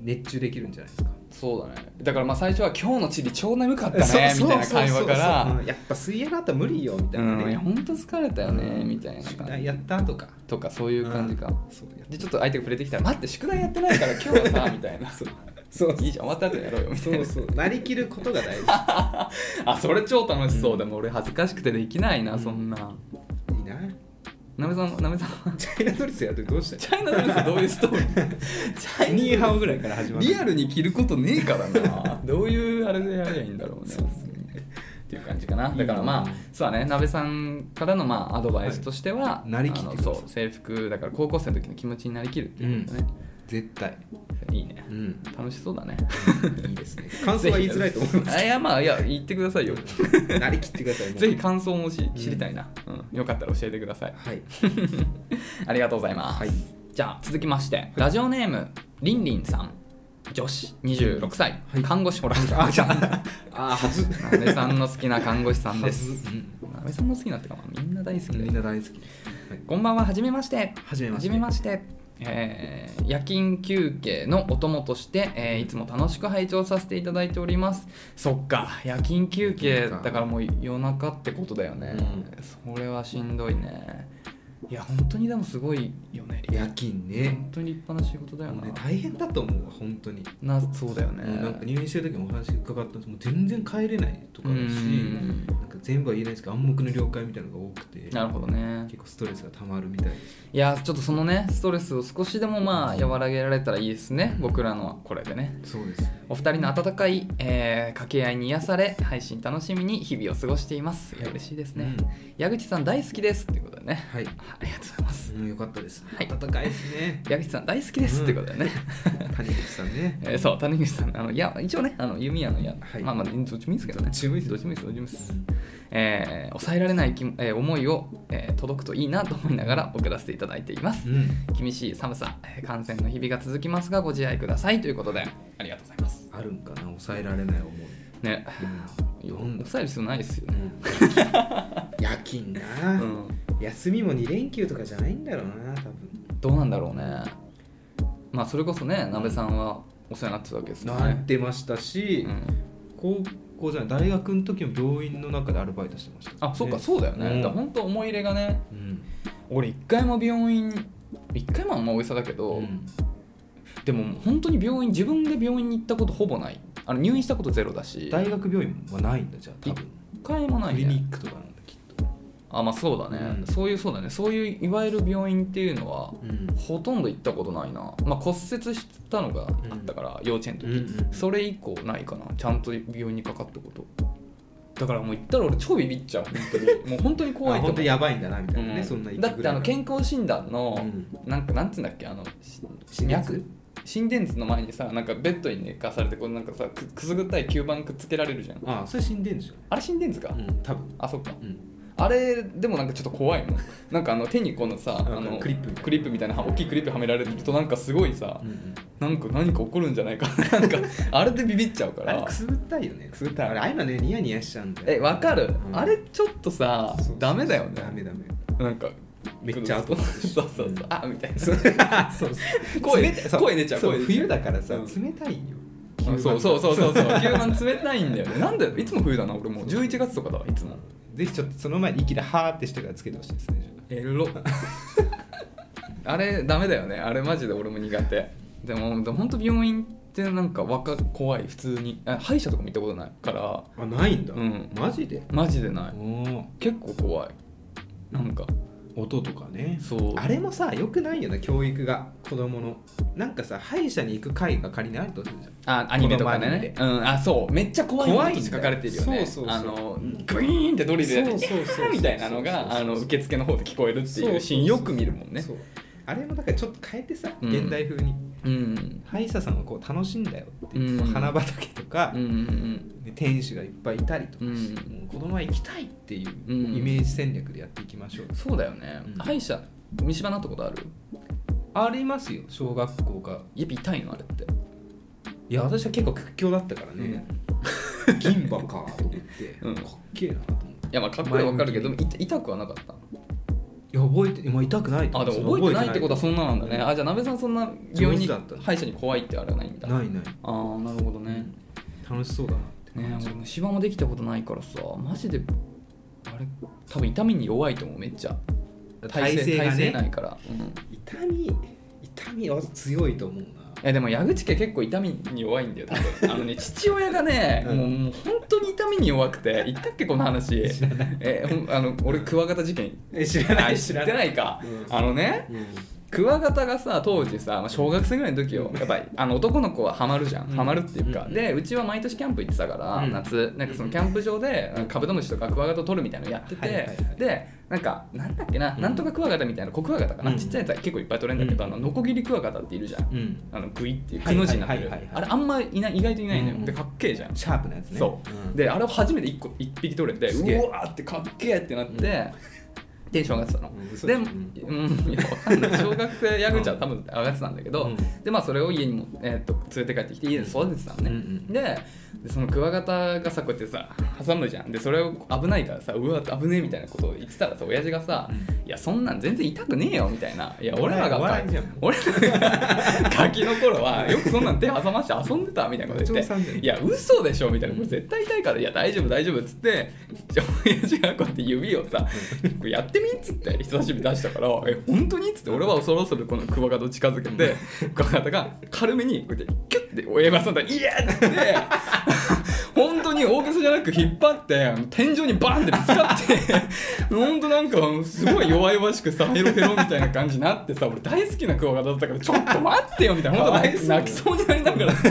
Speaker 2: 熱中できるんじゃないですか
Speaker 1: そうだねだからまあ最初は今日のチリ超眠かったねみたいな会話か
Speaker 2: そうそうそうそう
Speaker 1: ら
Speaker 2: うんやっぱ水泳の後は無理よみた
Speaker 1: う
Speaker 2: いなん
Speaker 1: い
Speaker 2: ね
Speaker 1: や、本当疲れたよねみたいな
Speaker 2: 宿
Speaker 1: 感
Speaker 2: 題
Speaker 1: じ
Speaker 2: やったとか
Speaker 1: とかそういう感じか
Speaker 2: そうや
Speaker 1: でちょっと相手が触れてきたら「待って宿題やってないから今日はさ」みたいな
Speaker 2: [laughs] そう
Speaker 1: いいじゃん終わった後やろうよみたい
Speaker 2: そ
Speaker 1: な
Speaker 2: うそうなりきることが大事
Speaker 1: あそれ超楽しそう、
Speaker 2: うん
Speaker 1: でも俺恥ずかしくてできないな、そんない
Speaker 2: いな
Speaker 1: なめさんなめさんは [laughs]
Speaker 2: [laughs] チャイナドレスやってどうした
Speaker 1: チャイナドレスどういうスト
Speaker 2: [laughs]
Speaker 1: ーリーチャイナドレス
Speaker 2: ニーハオぐらいから始まる
Speaker 1: リアルに着ることねえから
Speaker 2: [laughs]
Speaker 1: などういうあれでやればいいんだろうねっていう感じかなだからまあ
Speaker 2: うん
Speaker 1: そうだねなべさんからのまあアドバイスとしては、
Speaker 2: いなりきって
Speaker 1: あの
Speaker 2: ください
Speaker 1: そう制服だから高校生の時の気持ちになりきるっていうことね、
Speaker 2: 絶対
Speaker 1: いいね
Speaker 2: う。
Speaker 1: [laughs]
Speaker 2: ん
Speaker 1: 楽しそうだね。
Speaker 2: いいですね [laughs] 感想は言いづらいと思いま
Speaker 1: あ [laughs] いや、まあ、いや、言ってくださ
Speaker 2: [laughs]
Speaker 1: いよ。
Speaker 2: すなりきってくださいもう
Speaker 1: ぜひ感想もし知りたいな、うん。よかったら教えてください。
Speaker 2: はい
Speaker 1: ありがとうございます。
Speaker 2: はい
Speaker 1: じゃあ続きましてラジオネームりんりんさん女子26歳、
Speaker 2: はい
Speaker 1: 看護師ほら
Speaker 2: あじゃああはず
Speaker 1: なべさんの好きな看護師さんです
Speaker 2: はずうん
Speaker 1: なべさんの好きなってか、まあ、みんな大好き
Speaker 2: み
Speaker 1: で
Speaker 2: んな大好きはい
Speaker 1: こんばんははじめまして
Speaker 2: はじめま
Speaker 1: は
Speaker 2: して
Speaker 1: じめまして、えー夜勤休憩のお供として、えーいつも楽しく拝聴させていただいておりますそっか夜勤休憩だからもう夜中ってことだよね、それはしんどいねいや本当にでもすごいよねリア
Speaker 2: 夜勤ね
Speaker 1: 本当に立派な仕事だよ
Speaker 2: もう
Speaker 1: な
Speaker 2: ね大変だと思うわ本当に
Speaker 1: なそうだよね
Speaker 2: もうなんか入院してる時もお話伺ったんですもう全然帰れないとかだし
Speaker 1: うん
Speaker 2: なんか全部は言えないですけど暗黙の了解みたいなのが多くて
Speaker 1: なるほどね
Speaker 2: 結構ストレスがたまるみたいです
Speaker 1: いやちょっとそのねストレスを少しでもまあ和らげられたらいいですね僕らのこれでね
Speaker 2: そうです
Speaker 1: お二人の温かい、えー掛け合いに癒され配信楽しみに日々を過ごしていますいや嬉しいですね、
Speaker 2: うん
Speaker 1: 矢口さん大好きですっていうことでね [laughs]
Speaker 2: はい
Speaker 1: ありがとうございます
Speaker 2: うん、よかったです。
Speaker 1: はい。
Speaker 2: 暖かいですね
Speaker 1: 矢口さん大好きですってことでね、 [laughs]
Speaker 2: 谷口さんね。
Speaker 1: えーそう谷口さんあのいや一応ねあの弓矢の矢、
Speaker 2: はい
Speaker 1: まあまあどっちもいいんですけどね
Speaker 2: どっちもいいです
Speaker 1: どっちもいいですどっちもいいですえー抑えられない気も、えー思いを、えー届くといいなと思いながら送らせていただいています
Speaker 2: う、ん、
Speaker 1: 厳しい寒さえー感染の日々が続きますがご自愛くださいということでありがとうございます
Speaker 2: あるんかな、抑えられない思い。
Speaker 1: ね
Speaker 2: うん、なんだ
Speaker 1: 抑える必要ないですよ
Speaker 2: う
Speaker 1: ね、
Speaker 2: ん夜勤
Speaker 1: う
Speaker 2: な、
Speaker 1: ん、
Speaker 2: 休みも2連休とかじゃないんだろうな、多分。
Speaker 1: どうなんだろうねまあそれこそねなべさんはお世話になってたわけですよ
Speaker 2: なっ
Speaker 1: ね
Speaker 2: てましたし、
Speaker 1: うん
Speaker 2: 高校じゃない、大学の時も病院の中でアルバイトしてました、
Speaker 1: あそうかそうだよね、
Speaker 2: うん
Speaker 1: だから本当思い入れがね
Speaker 2: うん。
Speaker 1: 俺一回も病院一回もあんまお医者だけど、
Speaker 2: うん
Speaker 1: でも本当に病院自分で病院に行ったことほぼないあの入院したことゼロだし
Speaker 2: 大学病院はないんだ、じゃあ、多分。
Speaker 1: 一回もな
Speaker 2: ク
Speaker 1: い
Speaker 2: リニ
Speaker 1: ね
Speaker 2: ックとかなんだ、きっ
Speaker 1: あまあそうだね、
Speaker 2: うん
Speaker 1: そういうそうだねそういういわゆる病院っていうのは
Speaker 2: と。うん
Speaker 1: ほとんど行ったことないな、まあ、骨折したのがあったから、幼稚園の時、
Speaker 2: うんうん
Speaker 1: それ以降ないかなちゃんと病院にかかったことだからもう行ったら俺超ビビっちゃう本
Speaker 2: [laughs]
Speaker 1: 当にもう本当に怖
Speaker 2: あ
Speaker 1: いと
Speaker 2: 本
Speaker 1: 思
Speaker 2: 当
Speaker 1: う
Speaker 2: やばいんだなみたいなね、
Speaker 1: うん
Speaker 2: そんな
Speaker 1: だってあの健康診断の、
Speaker 2: うん
Speaker 1: なんかなんつうんだっけあのし
Speaker 2: 診断図
Speaker 1: 心電図の前にさなんかベッドに寝かされてこうなんかさくくすぐったい吸盤くっつけられるじゃん
Speaker 2: ああそれ死んでんじ
Speaker 1: あれ心電図か、
Speaker 2: ゃん、うん、多分
Speaker 1: あそっか
Speaker 2: うん、
Speaker 1: あれでもなんかちょっと怖い
Speaker 2: [laughs]
Speaker 1: もんなんかあの手にこのさあ
Speaker 2: なんか
Speaker 1: の
Speaker 2: クリップみたいな
Speaker 1: クリップみたいな大きいクリップはめられるとなんかすごいさ
Speaker 2: うんうん、
Speaker 1: なんか何か起こるんじゃないかなん [laughs] かあれでビビっちゃうか
Speaker 2: あれ
Speaker 1: ら
Speaker 2: くすぐったいよね
Speaker 1: くすぐったい
Speaker 2: あれああいうのねニヤニヤしちゃうんだよ
Speaker 1: えわかる、
Speaker 2: うん
Speaker 1: あれちょっとさ
Speaker 2: そうそうそう
Speaker 1: ダメだよね
Speaker 2: ダメダメ
Speaker 1: なんか
Speaker 2: めっちゃ後
Speaker 1: そ
Speaker 2: 回
Speaker 1: う
Speaker 2: し
Speaker 1: そうそう、
Speaker 2: うん
Speaker 1: あみたい
Speaker 2: [laughs]
Speaker 1: な
Speaker 2: そうそう
Speaker 1: 声
Speaker 2: 冷たいそう
Speaker 1: 声出ちゃう
Speaker 2: そう
Speaker 1: 声出ちゃう
Speaker 2: 冬だからさ、
Speaker 1: うん
Speaker 2: 冷たいよ
Speaker 1: あそうそうそうそうそう吸盤冷たいんだよねなんでいつも冬だな俺もう
Speaker 2: そう
Speaker 1: 11月とかだわいつも
Speaker 2: ぜひちょっとその前に息でハーってしてからつけてほしいですね
Speaker 1: エロあれダメだよねあれマジで俺も苦手でもでも本当病院ってなんか若怖い普通にあ歯医者とかも行ったことないから
Speaker 2: あないんだ、
Speaker 1: うん
Speaker 2: マジで
Speaker 1: マジでない
Speaker 2: お
Speaker 1: 結構怖いなんか
Speaker 2: 音とかね
Speaker 1: そう
Speaker 2: あれもさよくないよな教育が子供のなんかさ歯医者に行く会が仮にあるとするじゃん
Speaker 1: あアニメとかでねうんあそうめっちゃ怖い
Speaker 2: 怖いんだ
Speaker 1: ことしか書かれてるよね
Speaker 2: そうそうそう
Speaker 1: あのグイーンってドリルやって
Speaker 2: そうそうそうそう
Speaker 1: キャーみたいなのがあの受付の方で聞こえるって
Speaker 2: そう
Speaker 1: い
Speaker 2: そう
Speaker 1: うシーンよく見るもんね
Speaker 2: そうあれもだからちょっと変えてさ
Speaker 1: うん
Speaker 2: 現代風
Speaker 1: う
Speaker 2: に、
Speaker 1: ん
Speaker 2: 歯医者さんはこう楽しいんだよってい
Speaker 1: う
Speaker 2: う、
Speaker 1: ん
Speaker 2: 花畑とか
Speaker 1: うんう、ん
Speaker 2: で店主がいっぱいいたりとか
Speaker 1: うん
Speaker 2: して、もう子供は行きたいっていううんイメージ戦略でやっていきましょう、
Speaker 1: うんそうだよね
Speaker 2: うん
Speaker 1: 歯医者虫歯なったことある
Speaker 2: ありますよ小学校が
Speaker 1: やっぱ痛いのあれって
Speaker 2: いや私は結構屈強だったからね、 [laughs] 銀歯かと思って、
Speaker 1: うん
Speaker 2: かっけえなと思って
Speaker 1: いやまあかっこいいわかるけどい痛くはなかった
Speaker 2: いや覚えて今痛くないと
Speaker 1: あ
Speaker 2: 思
Speaker 1: で
Speaker 2: う
Speaker 1: も覚えてないってことはそんななんだね
Speaker 2: うん
Speaker 1: あじゃあなべさんそんな病院に
Speaker 2: 上手だった
Speaker 1: 歯医者に怖いってあれはないんだ
Speaker 2: ないない
Speaker 1: ああなるほどね
Speaker 2: 楽しそうだなって
Speaker 1: ね
Speaker 2: 感じ
Speaker 1: 俺虫歯もできたことないからさマジであれ多分痛みに弱いと思うめっちゃ
Speaker 2: 体勢が
Speaker 1: 体勢な
Speaker 2: ね
Speaker 1: いから、うん
Speaker 2: 痛み痛みは強いと思うな
Speaker 1: えでも矢口家結構痛みに弱いんだよ多分あのね父親がね、
Speaker 2: うん
Speaker 1: もうもう本当に痛みに弱く
Speaker 2: [laughs]
Speaker 1: て言ったっけこの話
Speaker 2: 知らない
Speaker 1: えほんあの俺クワガタ事件
Speaker 2: [laughs] え知らない
Speaker 1: あ知ってないか、
Speaker 2: うん
Speaker 1: あのね
Speaker 2: うん
Speaker 1: クワガタがさ当時さまあ小学生ぐらいの時よやっぱりあの男の子はハマるじゃん、
Speaker 2: うん
Speaker 1: ハマるっていうか、
Speaker 2: うん
Speaker 1: でうちは毎年キャンプ行ってたから、
Speaker 2: うん
Speaker 1: 夏なんかそのキャンプ場でなんかカブトムシとかクワガタを取るみたいなのやってて、
Speaker 2: はいはいはい
Speaker 1: でなんかなんだっけな、
Speaker 2: うん
Speaker 1: なんとかクワガタみたいな小クワガタかな、
Speaker 2: うん
Speaker 1: ちっちゃいやつは結構いっぱい取れるんだけど、
Speaker 2: うん
Speaker 1: あのノコギリクワガタっているじゃん、
Speaker 2: うん
Speaker 1: あのグイっていう
Speaker 2: は
Speaker 1: く
Speaker 2: い
Speaker 1: の字になってる
Speaker 2: はいはいはい
Speaker 1: あれあんまいない意外といないのよ、
Speaker 2: うん
Speaker 1: でかっけえじゃん
Speaker 2: シャープなやつね
Speaker 1: そう、
Speaker 2: で
Speaker 1: であれを初めて 1, 個一匹取れて
Speaker 2: すげえ
Speaker 1: うわーってかっけえってなって、
Speaker 2: うん
Speaker 1: テンション上がってたの、
Speaker 2: うん嘘
Speaker 1: で
Speaker 2: う
Speaker 1: うんん、いやわかんない小学生ヤグちゃんは多分上がってたんだけど、
Speaker 2: うん
Speaker 1: でまあそれを家にも、えー、と連れて帰ってきて家で育ててたのね、
Speaker 2: うんうん
Speaker 1: ででそのクワガタがさこうやってさ挟むじゃんでそれを危ないからさうわ危ねえみたいなことを言ってたらさ親父がさ「いやそんなん全然痛くねえよ」みたいな「いや俺らが
Speaker 2: お笑いじゃん
Speaker 1: 俺らがガキの頃はよくそんなん手挟まして遊んでた」みたいなこと言
Speaker 2: お嬢
Speaker 1: っ
Speaker 2: さんじゃん
Speaker 1: て「いや嘘でしょ」みたいな「これ絶対痛いからいや大丈夫大丈夫」っつって親父がこうやって指をさ「これやってみ」っつって人差し指出したから「え本当に?」っつって俺はそろそろこのクワガタを近づけてクワガタが軽めにこうやってキュッて親指挟んだら「イエー!」っつって本当に大げさじゃなく引っ張って天井にバンってぶつかって本当なんかすごい弱々しくさヘロヘロみたいな感じになってさ俺大好きなクワガタだったからちょっと待ってよみたいな
Speaker 2: か
Speaker 1: 本
Speaker 2: わ [laughs] い
Speaker 1: 当
Speaker 2: そう
Speaker 1: 泣きそうになりながらさ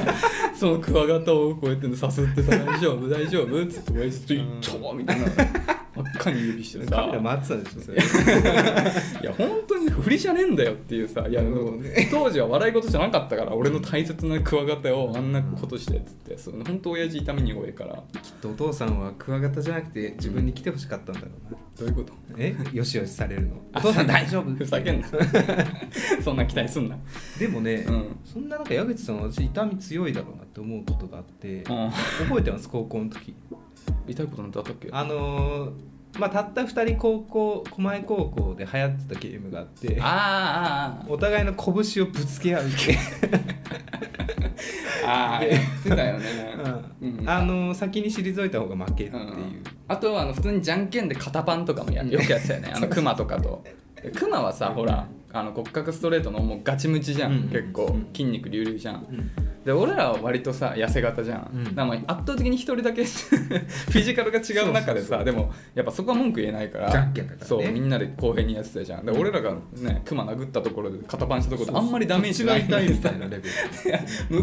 Speaker 1: そのクワガタをこうやってさすってさ「大丈夫 [laughs] 大丈夫」っつって親父と「いっちょ!」みたいな真っ赤に指して
Speaker 2: カ
Speaker 1: さ
Speaker 2: メラ回ってたんでしょそれ
Speaker 1: いや本当に振りじゃねえんだよっていうさいや
Speaker 2: なるほどね
Speaker 1: 当時は笑い事じゃなかったから俺の大切なクワガタをあんなことしてっつってその本当親父痛みに弱いから
Speaker 2: きっとお父さんはクワガタじゃなくて自分に来てほしかったんだろうな
Speaker 1: どういうこと
Speaker 2: えよしよしされ [laughs] るの
Speaker 1: お父さん大丈夫ふざけん
Speaker 2: [laughs]
Speaker 1: なそんな期待すんな
Speaker 2: でもね、
Speaker 1: うん
Speaker 2: そんな中矢口さんは私痛み強いだろうなって思うことがあって、
Speaker 1: うん
Speaker 2: 覚えてます高校の時
Speaker 1: 痛いことなんてあったっけ
Speaker 2: あのーまあたった2人高校狛江高校で流行ってたゲームがあって
Speaker 1: あー
Speaker 2: お互いの拳をぶつけ合うゲ
Speaker 1: あーあーあーやってたよね
Speaker 2: ーム、
Speaker 1: うん
Speaker 2: あのー先に退いた方が負けっていう、
Speaker 1: うんあとはあの普通にじゃんけんで肩パンとかもやよくやってたよ
Speaker 2: [laughs]
Speaker 1: ねあのクマとかとクマはさほらあの骨格ストレートのもうガチムチじゃん、
Speaker 2: うん
Speaker 1: 結
Speaker 2: う
Speaker 1: 構
Speaker 2: ん
Speaker 1: 筋肉隆々じゃん
Speaker 2: うん
Speaker 1: で俺らは割とさ痩せ型じゃん、
Speaker 2: うん
Speaker 1: だからまあ圧倒的に一人だけ [laughs] フィジカルが違う中でさでもやっぱそこは文句言えないから
Speaker 2: じゃんけんだからね
Speaker 1: そうみんなで公平にやってたじゃんで俺らがねクマ殴ったところで肩パンしたところであんまりダメージない
Speaker 2: 一番痛いみたいなレベ ル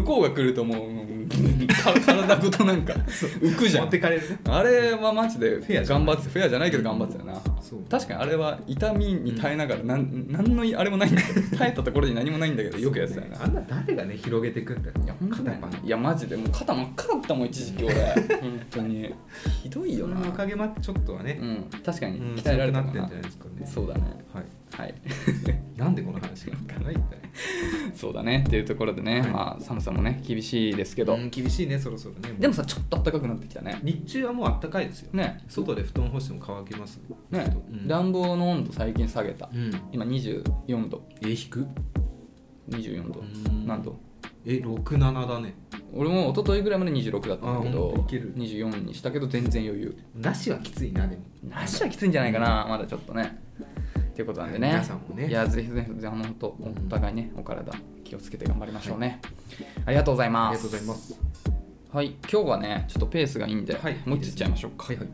Speaker 1: [laughs] 向こうが来るともううん体ごとなん
Speaker 2: [laughs]
Speaker 1: か浮くじゃ
Speaker 2: [laughs] 持
Speaker 1: ん
Speaker 2: ってかれるね
Speaker 1: あれはマジで
Speaker 2: ェアじゃな
Speaker 1: 頑
Speaker 2: い
Speaker 1: 張ってフェアじゃないけど頑張ってたよな
Speaker 2: そう
Speaker 1: 確かにあれは痛みに耐えながらなん何のあれもないんだけ
Speaker 2: [laughs]
Speaker 1: ど耐えたところに何もないんだけどよくやってたよな
Speaker 2: あんな誰がね広げてくんだよ
Speaker 1: いや本当だよ
Speaker 2: 肩パン
Speaker 1: いやマジでもう肩真っ赤だったもん一時
Speaker 2: [laughs]
Speaker 1: 期俺本当にひどい
Speaker 2: そ
Speaker 1: よな
Speaker 2: のおかげもあってちょっとはね
Speaker 1: う、ん確かに
Speaker 2: うん
Speaker 1: 鍛えられた
Speaker 2: 強
Speaker 1: か
Speaker 2: くな
Speaker 1: な
Speaker 2: ってんじゃないですかね
Speaker 1: そうだね
Speaker 2: はい
Speaker 1: はい [laughs]
Speaker 2: なんでこの話がかないんだよ
Speaker 1: そうだねっていうところでね
Speaker 2: はい
Speaker 1: まあ寒さもね厳しいですけ
Speaker 2: う
Speaker 1: ど
Speaker 2: ん厳しいねそろそろね
Speaker 1: でもさちょっと暖かくなってきたね
Speaker 2: 日中はもう暖かいですよ
Speaker 1: ね
Speaker 2: 外で布団干しても乾きます
Speaker 1: ね
Speaker 2: うん
Speaker 1: 暖房の温度最近下げた
Speaker 2: うん
Speaker 1: 今24度
Speaker 2: え引く
Speaker 1: 24度
Speaker 2: うん
Speaker 1: 何度
Speaker 2: え六67だね
Speaker 1: 俺も一昨日ぐらいまで26だったんだけ
Speaker 2: あ
Speaker 1: ど
Speaker 2: ほんといける
Speaker 1: 24にしたけど全然余裕
Speaker 2: なしはきついなでも
Speaker 1: なしはきついんじゃないかなまだちょっとねっていうことなんでね
Speaker 2: 皆さんもね
Speaker 1: いやぜひぜひあの本当お互いねお体気をつけて頑張りましょうね、ありがとうござい
Speaker 2: あ
Speaker 1: ま
Speaker 2: り
Speaker 1: す
Speaker 2: がとうございます
Speaker 1: はい今日はねちょっとペースがいいんで、
Speaker 2: はい
Speaker 1: もう一ついっちゃいましょうか
Speaker 2: はいはい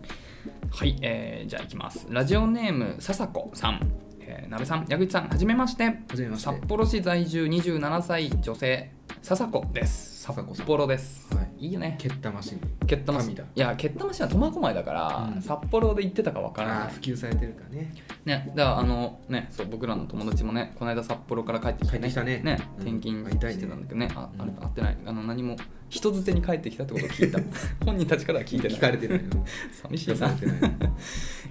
Speaker 1: はい、えーじゃあいきますラジオネーム笹子さん、えー、鍋さん矢口さんはじめまして
Speaker 2: はじめまして
Speaker 1: 札幌市在住27歳女性笹子です
Speaker 2: 笹子さん
Speaker 1: 札幌です、、
Speaker 2: はい
Speaker 1: いよね
Speaker 2: 蹴ったマシン
Speaker 1: けったまし
Speaker 2: 神
Speaker 1: い
Speaker 2: だ
Speaker 1: やけったましは苫小牧だから、
Speaker 2: うん
Speaker 1: 札幌で行ってたかわから
Speaker 2: あ
Speaker 1: な
Speaker 2: あ
Speaker 1: い
Speaker 2: 普及されてるからね
Speaker 1: ねだからあのねそう僕らの友達もねこの間札幌から帰ってきて
Speaker 2: 帰ってきたねうん
Speaker 1: 転勤
Speaker 2: 会いたいね
Speaker 1: してたんだけどねああれ
Speaker 2: うん
Speaker 1: 会ってないあの何も人づてに帰ってきたってことを
Speaker 2: [laughs]
Speaker 1: 聞いた本人たちからは聞いてない
Speaker 2: 聞かれて [laughs] ないの
Speaker 1: 寂し
Speaker 2: 聞
Speaker 1: い
Speaker 2: か
Speaker 1: な
Speaker 2: されてないの
Speaker 1: [laughs]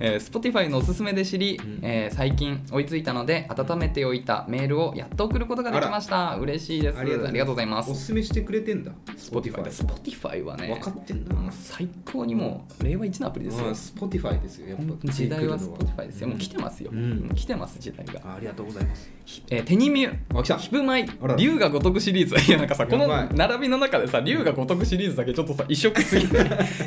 Speaker 1: えー Spotify のおすすめで知り、
Speaker 2: うん
Speaker 1: えー最近追いついたので温めておいたメールをやっと送ることができました嬉しいですありがとうございま
Speaker 2: お
Speaker 1: す
Speaker 2: すすめしてくれてんだ
Speaker 1: Spotify で Spotify はね
Speaker 2: 分かってん
Speaker 1: あの
Speaker 2: な
Speaker 1: 最高にもう令和一のアプリですよ、
Speaker 2: スポティファイですよやっ
Speaker 1: 本当
Speaker 2: ぱ
Speaker 1: に時代は
Speaker 2: 次来るの
Speaker 1: Spotify ですよ、もう来てますよ、
Speaker 2: うん
Speaker 1: もう来てます時代が、
Speaker 2: あありがとうございます
Speaker 1: えー手に見え
Speaker 2: あ来た
Speaker 1: ひぶまい
Speaker 2: あら
Speaker 1: 龍が如くシリーズ [laughs] いやなんかさこの
Speaker 2: やばい
Speaker 1: 並びの中でさ龍が如くシリーズだけちょっとさ異色すぎ [laughs] て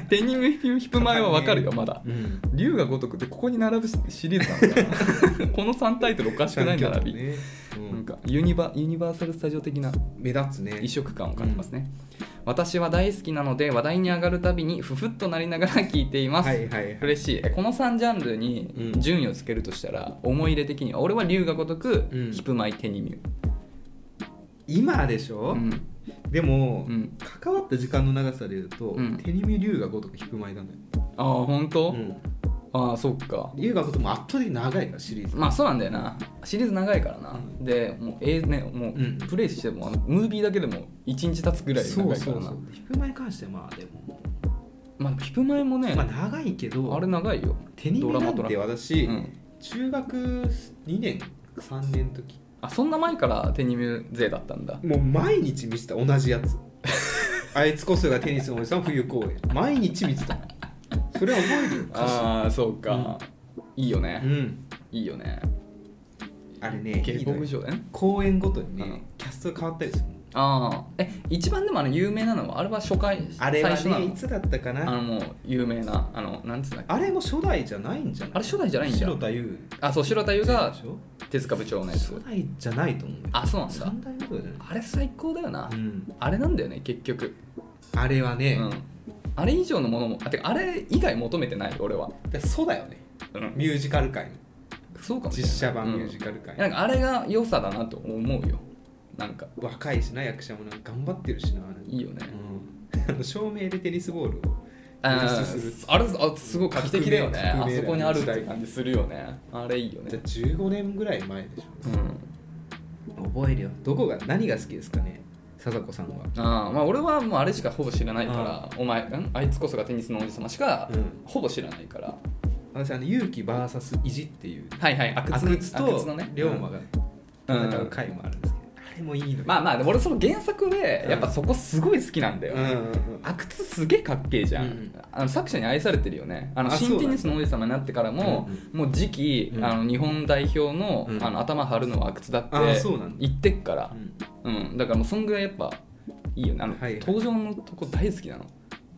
Speaker 1: 手に見えひぶまいはわかるよまだ
Speaker 2: うん
Speaker 1: 龍が如くってここに並ぶシリーズなのかなこの3タイトルおかしくない並び、
Speaker 2: ねう
Speaker 1: うん
Speaker 2: ん
Speaker 1: なんかユニバユニバーサル・スタジオ的な
Speaker 2: 目立つね
Speaker 1: 異色感を感じますね、私は大好きなので話題に上がるたびにふふっとなりながら聞いています、
Speaker 2: はいはいはい
Speaker 1: 嬉しいえこの3ジャンルに
Speaker 2: うん
Speaker 1: 順位をつけるとしたら、思い入れ的には俺は龍が如く、
Speaker 2: うん
Speaker 1: ヒプマイテニミュ
Speaker 2: 今でしょ、
Speaker 1: うん
Speaker 2: でも、
Speaker 1: うん
Speaker 2: 関わった時間の長さでいうと、
Speaker 1: うん
Speaker 2: テニミ龍が如く引く前なんだよ、
Speaker 1: ああ本当、
Speaker 2: うん、
Speaker 1: ああそっか
Speaker 2: 龍が如くも圧倒的に長いからシリーズ、
Speaker 1: まあそうなんだよなシリーズ長いからな、
Speaker 2: うん
Speaker 1: でもう,、えーね、もう
Speaker 2: うん
Speaker 1: プレイしてもあのムービーだけでも1日経つぐらい長いから
Speaker 2: そう
Speaker 1: な
Speaker 2: そうそう引く前に関してはまあでも、
Speaker 1: まあヒプマイもね、
Speaker 2: まあ長いけど
Speaker 1: あれ長いよ
Speaker 2: テニミなん
Speaker 1: ドラマ
Speaker 2: て
Speaker 1: ドラ
Speaker 2: 私、
Speaker 1: うん
Speaker 2: 中学2年3年の時
Speaker 1: あそんな前からテニミュ勢だったんだ
Speaker 2: もう毎日見てた同じや [laughs] つあいつこそがテニスのおじさん冬公演毎日見てたそれは覚えてる歌
Speaker 1: ああそうか、いいよね
Speaker 2: 詞、うん
Speaker 1: いいよね
Speaker 2: あれね
Speaker 1: 下
Speaker 2: いいの
Speaker 1: 克
Speaker 2: よ
Speaker 1: 上だね
Speaker 2: 公演ごとにね、
Speaker 1: うん
Speaker 2: キャストが変わったりするの
Speaker 1: ああえ一番でもあの有名なのはあれは初回
Speaker 2: あれ
Speaker 1: 最
Speaker 2: は
Speaker 1: 初な
Speaker 2: ね
Speaker 1: の
Speaker 2: いつだったか
Speaker 1: あの
Speaker 2: な
Speaker 1: もう有名なあのなんつうんだっけ
Speaker 2: あれも初代じゃないんじゃない
Speaker 1: あれ初代じゃないんだ
Speaker 2: 白田優
Speaker 1: あそう白田優
Speaker 2: が
Speaker 1: が手塚部長のやつ
Speaker 2: 初代じゃないと思うよ
Speaker 1: あそうなんだ
Speaker 2: 三代目とかじゃない
Speaker 1: あれ最高だよな、
Speaker 2: うん
Speaker 1: あれなんだよね結局、
Speaker 2: あれはね
Speaker 1: う、ん、あれ以上のものもあてかあれ以外求めてない俺は、
Speaker 2: だからそうだよね
Speaker 1: うん、
Speaker 2: ミュージカル界の
Speaker 1: そうかもしれない
Speaker 2: 実写版ミュージカル界、
Speaker 1: なんかあれが良さだなと思うよなんか
Speaker 2: 若いしな役者もなんか頑張ってるしななんか
Speaker 1: いいよね
Speaker 2: うん、あの照明でテニスボールを
Speaker 1: あ
Speaker 2: 演出する
Speaker 1: ーあれあすごい画期的だよね
Speaker 2: 革
Speaker 1: あ
Speaker 2: 命
Speaker 1: そこ
Speaker 2: 革命
Speaker 1: に
Speaker 2: だよね
Speaker 1: あるって感じするよねあれいいよ
Speaker 2: じゃ
Speaker 1: ね
Speaker 2: あ15年ぐらい前でし
Speaker 1: うん
Speaker 2: ょ覚えるよどこが何が好きですかね貞子さんは
Speaker 1: あーまあ俺はもうあれしかほぼ知らないからお前んあいつこそがテニスの王子様しか
Speaker 2: うん
Speaker 1: ほぼ知らないから
Speaker 2: 私あの勇気 VS 意地っていう
Speaker 1: はいはい阿
Speaker 2: 阿
Speaker 1: 久
Speaker 2: 久
Speaker 1: 津
Speaker 2: 津
Speaker 1: 阿久津の
Speaker 2: と
Speaker 1: ね
Speaker 2: 龍馬が
Speaker 1: うん
Speaker 2: 戦う回もあるんですけど、あれもいいのよ
Speaker 1: まあまあでも俺その原作で
Speaker 2: うん
Speaker 1: やっぱそこすごい好きなんだよ、
Speaker 2: うんうんうん
Speaker 1: 阿久津すげえかっけえじゃん、
Speaker 2: うん
Speaker 1: あの作者に愛されてるよねあの
Speaker 2: あ
Speaker 1: 新テニスの王子様になってからも、もう次期、
Speaker 2: うん
Speaker 1: あの日本代表の,、
Speaker 2: うん
Speaker 1: あの頭張るのは阿久津だって
Speaker 2: あそうなんだ
Speaker 1: 言ってっから
Speaker 2: う、ん
Speaker 1: うん、だからもうそんぐらいやっぱいいよねあの、
Speaker 2: はいはい
Speaker 1: 登場のとこ大好きなの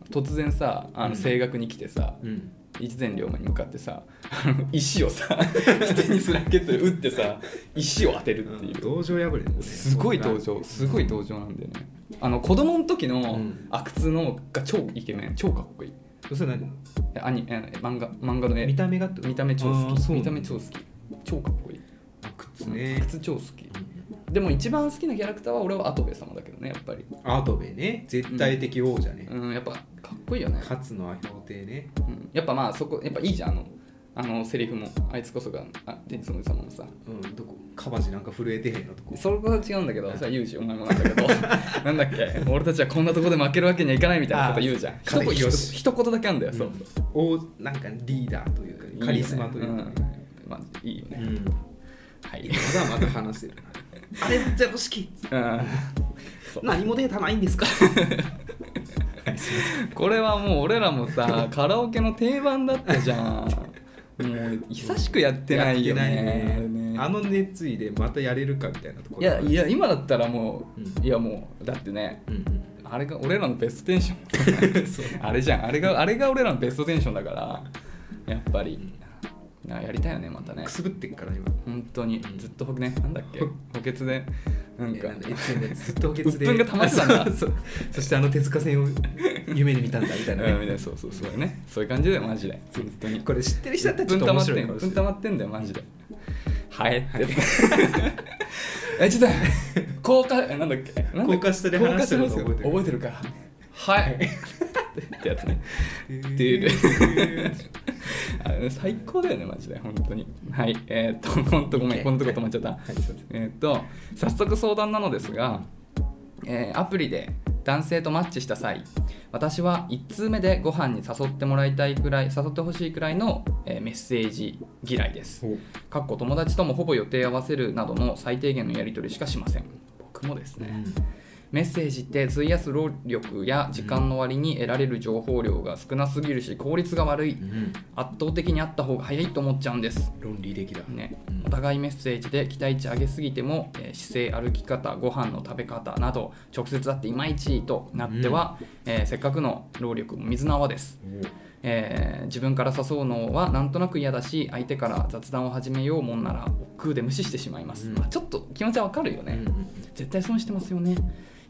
Speaker 1: 突然さあ
Speaker 2: う
Speaker 1: の
Speaker 2: ん
Speaker 1: 声楽に来てさ、
Speaker 2: うん
Speaker 1: 一前龍馬に向かってさあの石をさ [laughs] 手にスラケットで打ってさ石を当てるっていう、
Speaker 2: 道場破れだよね
Speaker 1: すごい登場すごい登場なんだよねあの子供の時
Speaker 2: う
Speaker 1: の
Speaker 2: ん
Speaker 1: 阿久津のが超イケメン超かっこいい
Speaker 2: それ何
Speaker 1: えアニえ漫画漫画の絵
Speaker 2: 見た目がってこと
Speaker 1: 見た目超好
Speaker 2: あー
Speaker 1: き
Speaker 2: そう
Speaker 1: 見
Speaker 2: なん
Speaker 1: た
Speaker 2: だ
Speaker 1: 目超好き超かっこいい
Speaker 2: 阿久津
Speaker 1: 阿
Speaker 2: ね
Speaker 1: 久津超好きでも一番好きなキャラクターは俺は跡部様だけどねやっぱり
Speaker 2: アートベね絶対的王者ね、
Speaker 1: うんやっぱかっこいいよね、
Speaker 2: 勝つのは評定ね
Speaker 1: うん、やっぱまあそこやっぱいいじゃんあのあのセリフもあいつこそがあテニスの王子様のさ
Speaker 2: うんどこカバジなんか震えてへんのとこ
Speaker 1: それは違うんだけどさユージお前もなんだけど [laughs] なんだっけ俺たちはこんなとこで負けるわけにはいかないみたいなこと言うじゃん
Speaker 2: あ
Speaker 1: 一
Speaker 2: ー
Speaker 1: 言
Speaker 2: 風
Speaker 1: 一
Speaker 2: よし
Speaker 1: 一言だけあんだよ、そう
Speaker 2: おなんかリーダーというかカリスマという
Speaker 1: いい
Speaker 2: か
Speaker 1: よ
Speaker 2: ね
Speaker 1: ねうんまあいいよね、
Speaker 2: うん
Speaker 1: はい
Speaker 2: まだまだ話
Speaker 1: [laughs]
Speaker 2: せるなあれ全部好き何もデータないんですか
Speaker 1: うんこれはもう俺らもさカラオケの定番だったじゃんもう久しくやってないよね
Speaker 2: やってないね
Speaker 1: あれね
Speaker 2: あの熱意でまたやれるかみたいなとこ
Speaker 1: い
Speaker 2: ろ
Speaker 1: やいや今だったらもう、
Speaker 2: うん
Speaker 1: いやもうだってね
Speaker 2: うんうん
Speaker 1: あれが俺らのベストテンションあれじゃんあれがあれが俺らのベストテンションだからやっぱりなやりたいよねまたね
Speaker 2: くすぶってっから今
Speaker 1: 本当にずっとほねなんだっけ
Speaker 2: ほ
Speaker 1: 補欠でなんか
Speaker 2: えなんだいつもずっと補欠
Speaker 1: 鬱
Speaker 2: で
Speaker 1: 憤が溜まってたんだ
Speaker 2: [laughs] そうそしてあの手塚線を夢に見たんだみたいなね
Speaker 1: うんみたいなそうそうそうねそういう感じだよマジで本当に
Speaker 2: これ知ってる人だったらち
Speaker 1: 分
Speaker 2: ょっと
Speaker 1: 溜ま
Speaker 2: 面
Speaker 1: って
Speaker 2: 白い
Speaker 1: ん
Speaker 2: かも
Speaker 1: 分
Speaker 2: しれ
Speaker 1: 溜
Speaker 2: ない
Speaker 1: まってんだよマジではいって [laughs] えちょっと高架えなんだっけなんだっけ
Speaker 2: 高架下で話してるの
Speaker 1: 高架下で
Speaker 2: 覚
Speaker 1: 覚えてるからはいってやつねっていうねあれね最高だよねマジで本当にはいえーっと本当ごめんこのとこ止まっちゃった、
Speaker 2: はいすいません
Speaker 1: えーっと早速相談なのですが、えーアプリで男性とマッチした際私は1通目でご飯に誘ってもらいたいくらい誘ってほしいくらいの、えーメッセージ嫌いですかっこ友達ともほぼ予定合わせるなどの最低限のやり取りしかしません僕もですね、メッセージって費やす労力や時間の割に得られる情報量が少なすぎるし効率が悪い
Speaker 2: うん
Speaker 1: 圧倒的にあった方が早いと思っちゃうんです
Speaker 2: 論理的だ
Speaker 1: ね
Speaker 2: うん、
Speaker 1: お互いメッセージで期待値上げすぎても、えー姿勢歩き方ご飯の食べ方など直接だっていまいちとなっては、えーせっかくの労力も水の泡です、えー自分から誘うのはなんとなく嫌だし相手から雑談を始めようもんなら億劫で無視してしまいます、
Speaker 2: うん
Speaker 1: まあちょっと気持ちはわかるよね、
Speaker 2: うんうん
Speaker 1: 絶対損してますよね